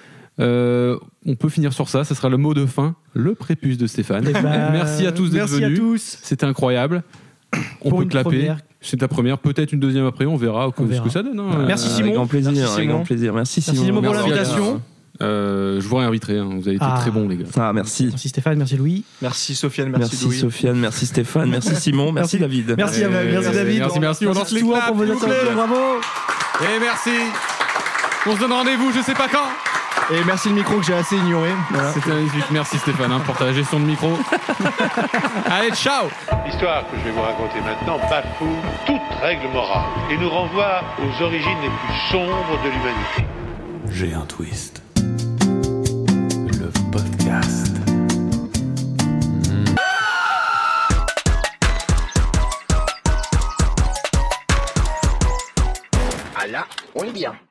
euh, on peut finir sur ça. Ça sera le mot de fin. Le prépuce de Stéphane.
Eh ben,
merci à tous d'être
Merci à
venus.
tous
C'était
[coughs]
incroyable. On
Pour
peut
une
clapper.
première.
C'est la première, peut-être une deuxième après, on verra,
On verra. Bah,
ce que ça donne. hein.
Euh,
Merci, Simon.
Avec grand plaisir.
Merci,
avec
Simon.
grand plaisir. Merci Simon.
Merci Simon pour
Merci à
l'invitation.
Euh, je vous réinviterai, hein. vous avez été
Ah.
très bons les gars.
Ah, merci.
Merci Stéphane, merci Louis.
Merci Sofiane, merci,
Merci,
Louis.
Sofiane, merci Stéphane, merci Simon, merci David.
Merci, à-
Euh,
merci David.
Merci, merci, on lance les
Souvent
claps,
pour vos
s'il vous plaît.
interventions, Bravo.
Et merci On se donne rendez-vous, je sais pas quand
Et merci le micro que j'ai assez ignoré. Voilà.
C'était magnifique, merci Stéphane hein, pour ta gestion de
[laughs]
micro. Allez, ciao
L'histoire que je vais vous raconter maintenant bafoue toute règle morale et nous renvoie aux origines les plus sombres de l'humanité.
J'ai un twist. Le podcast.
là, on est bien.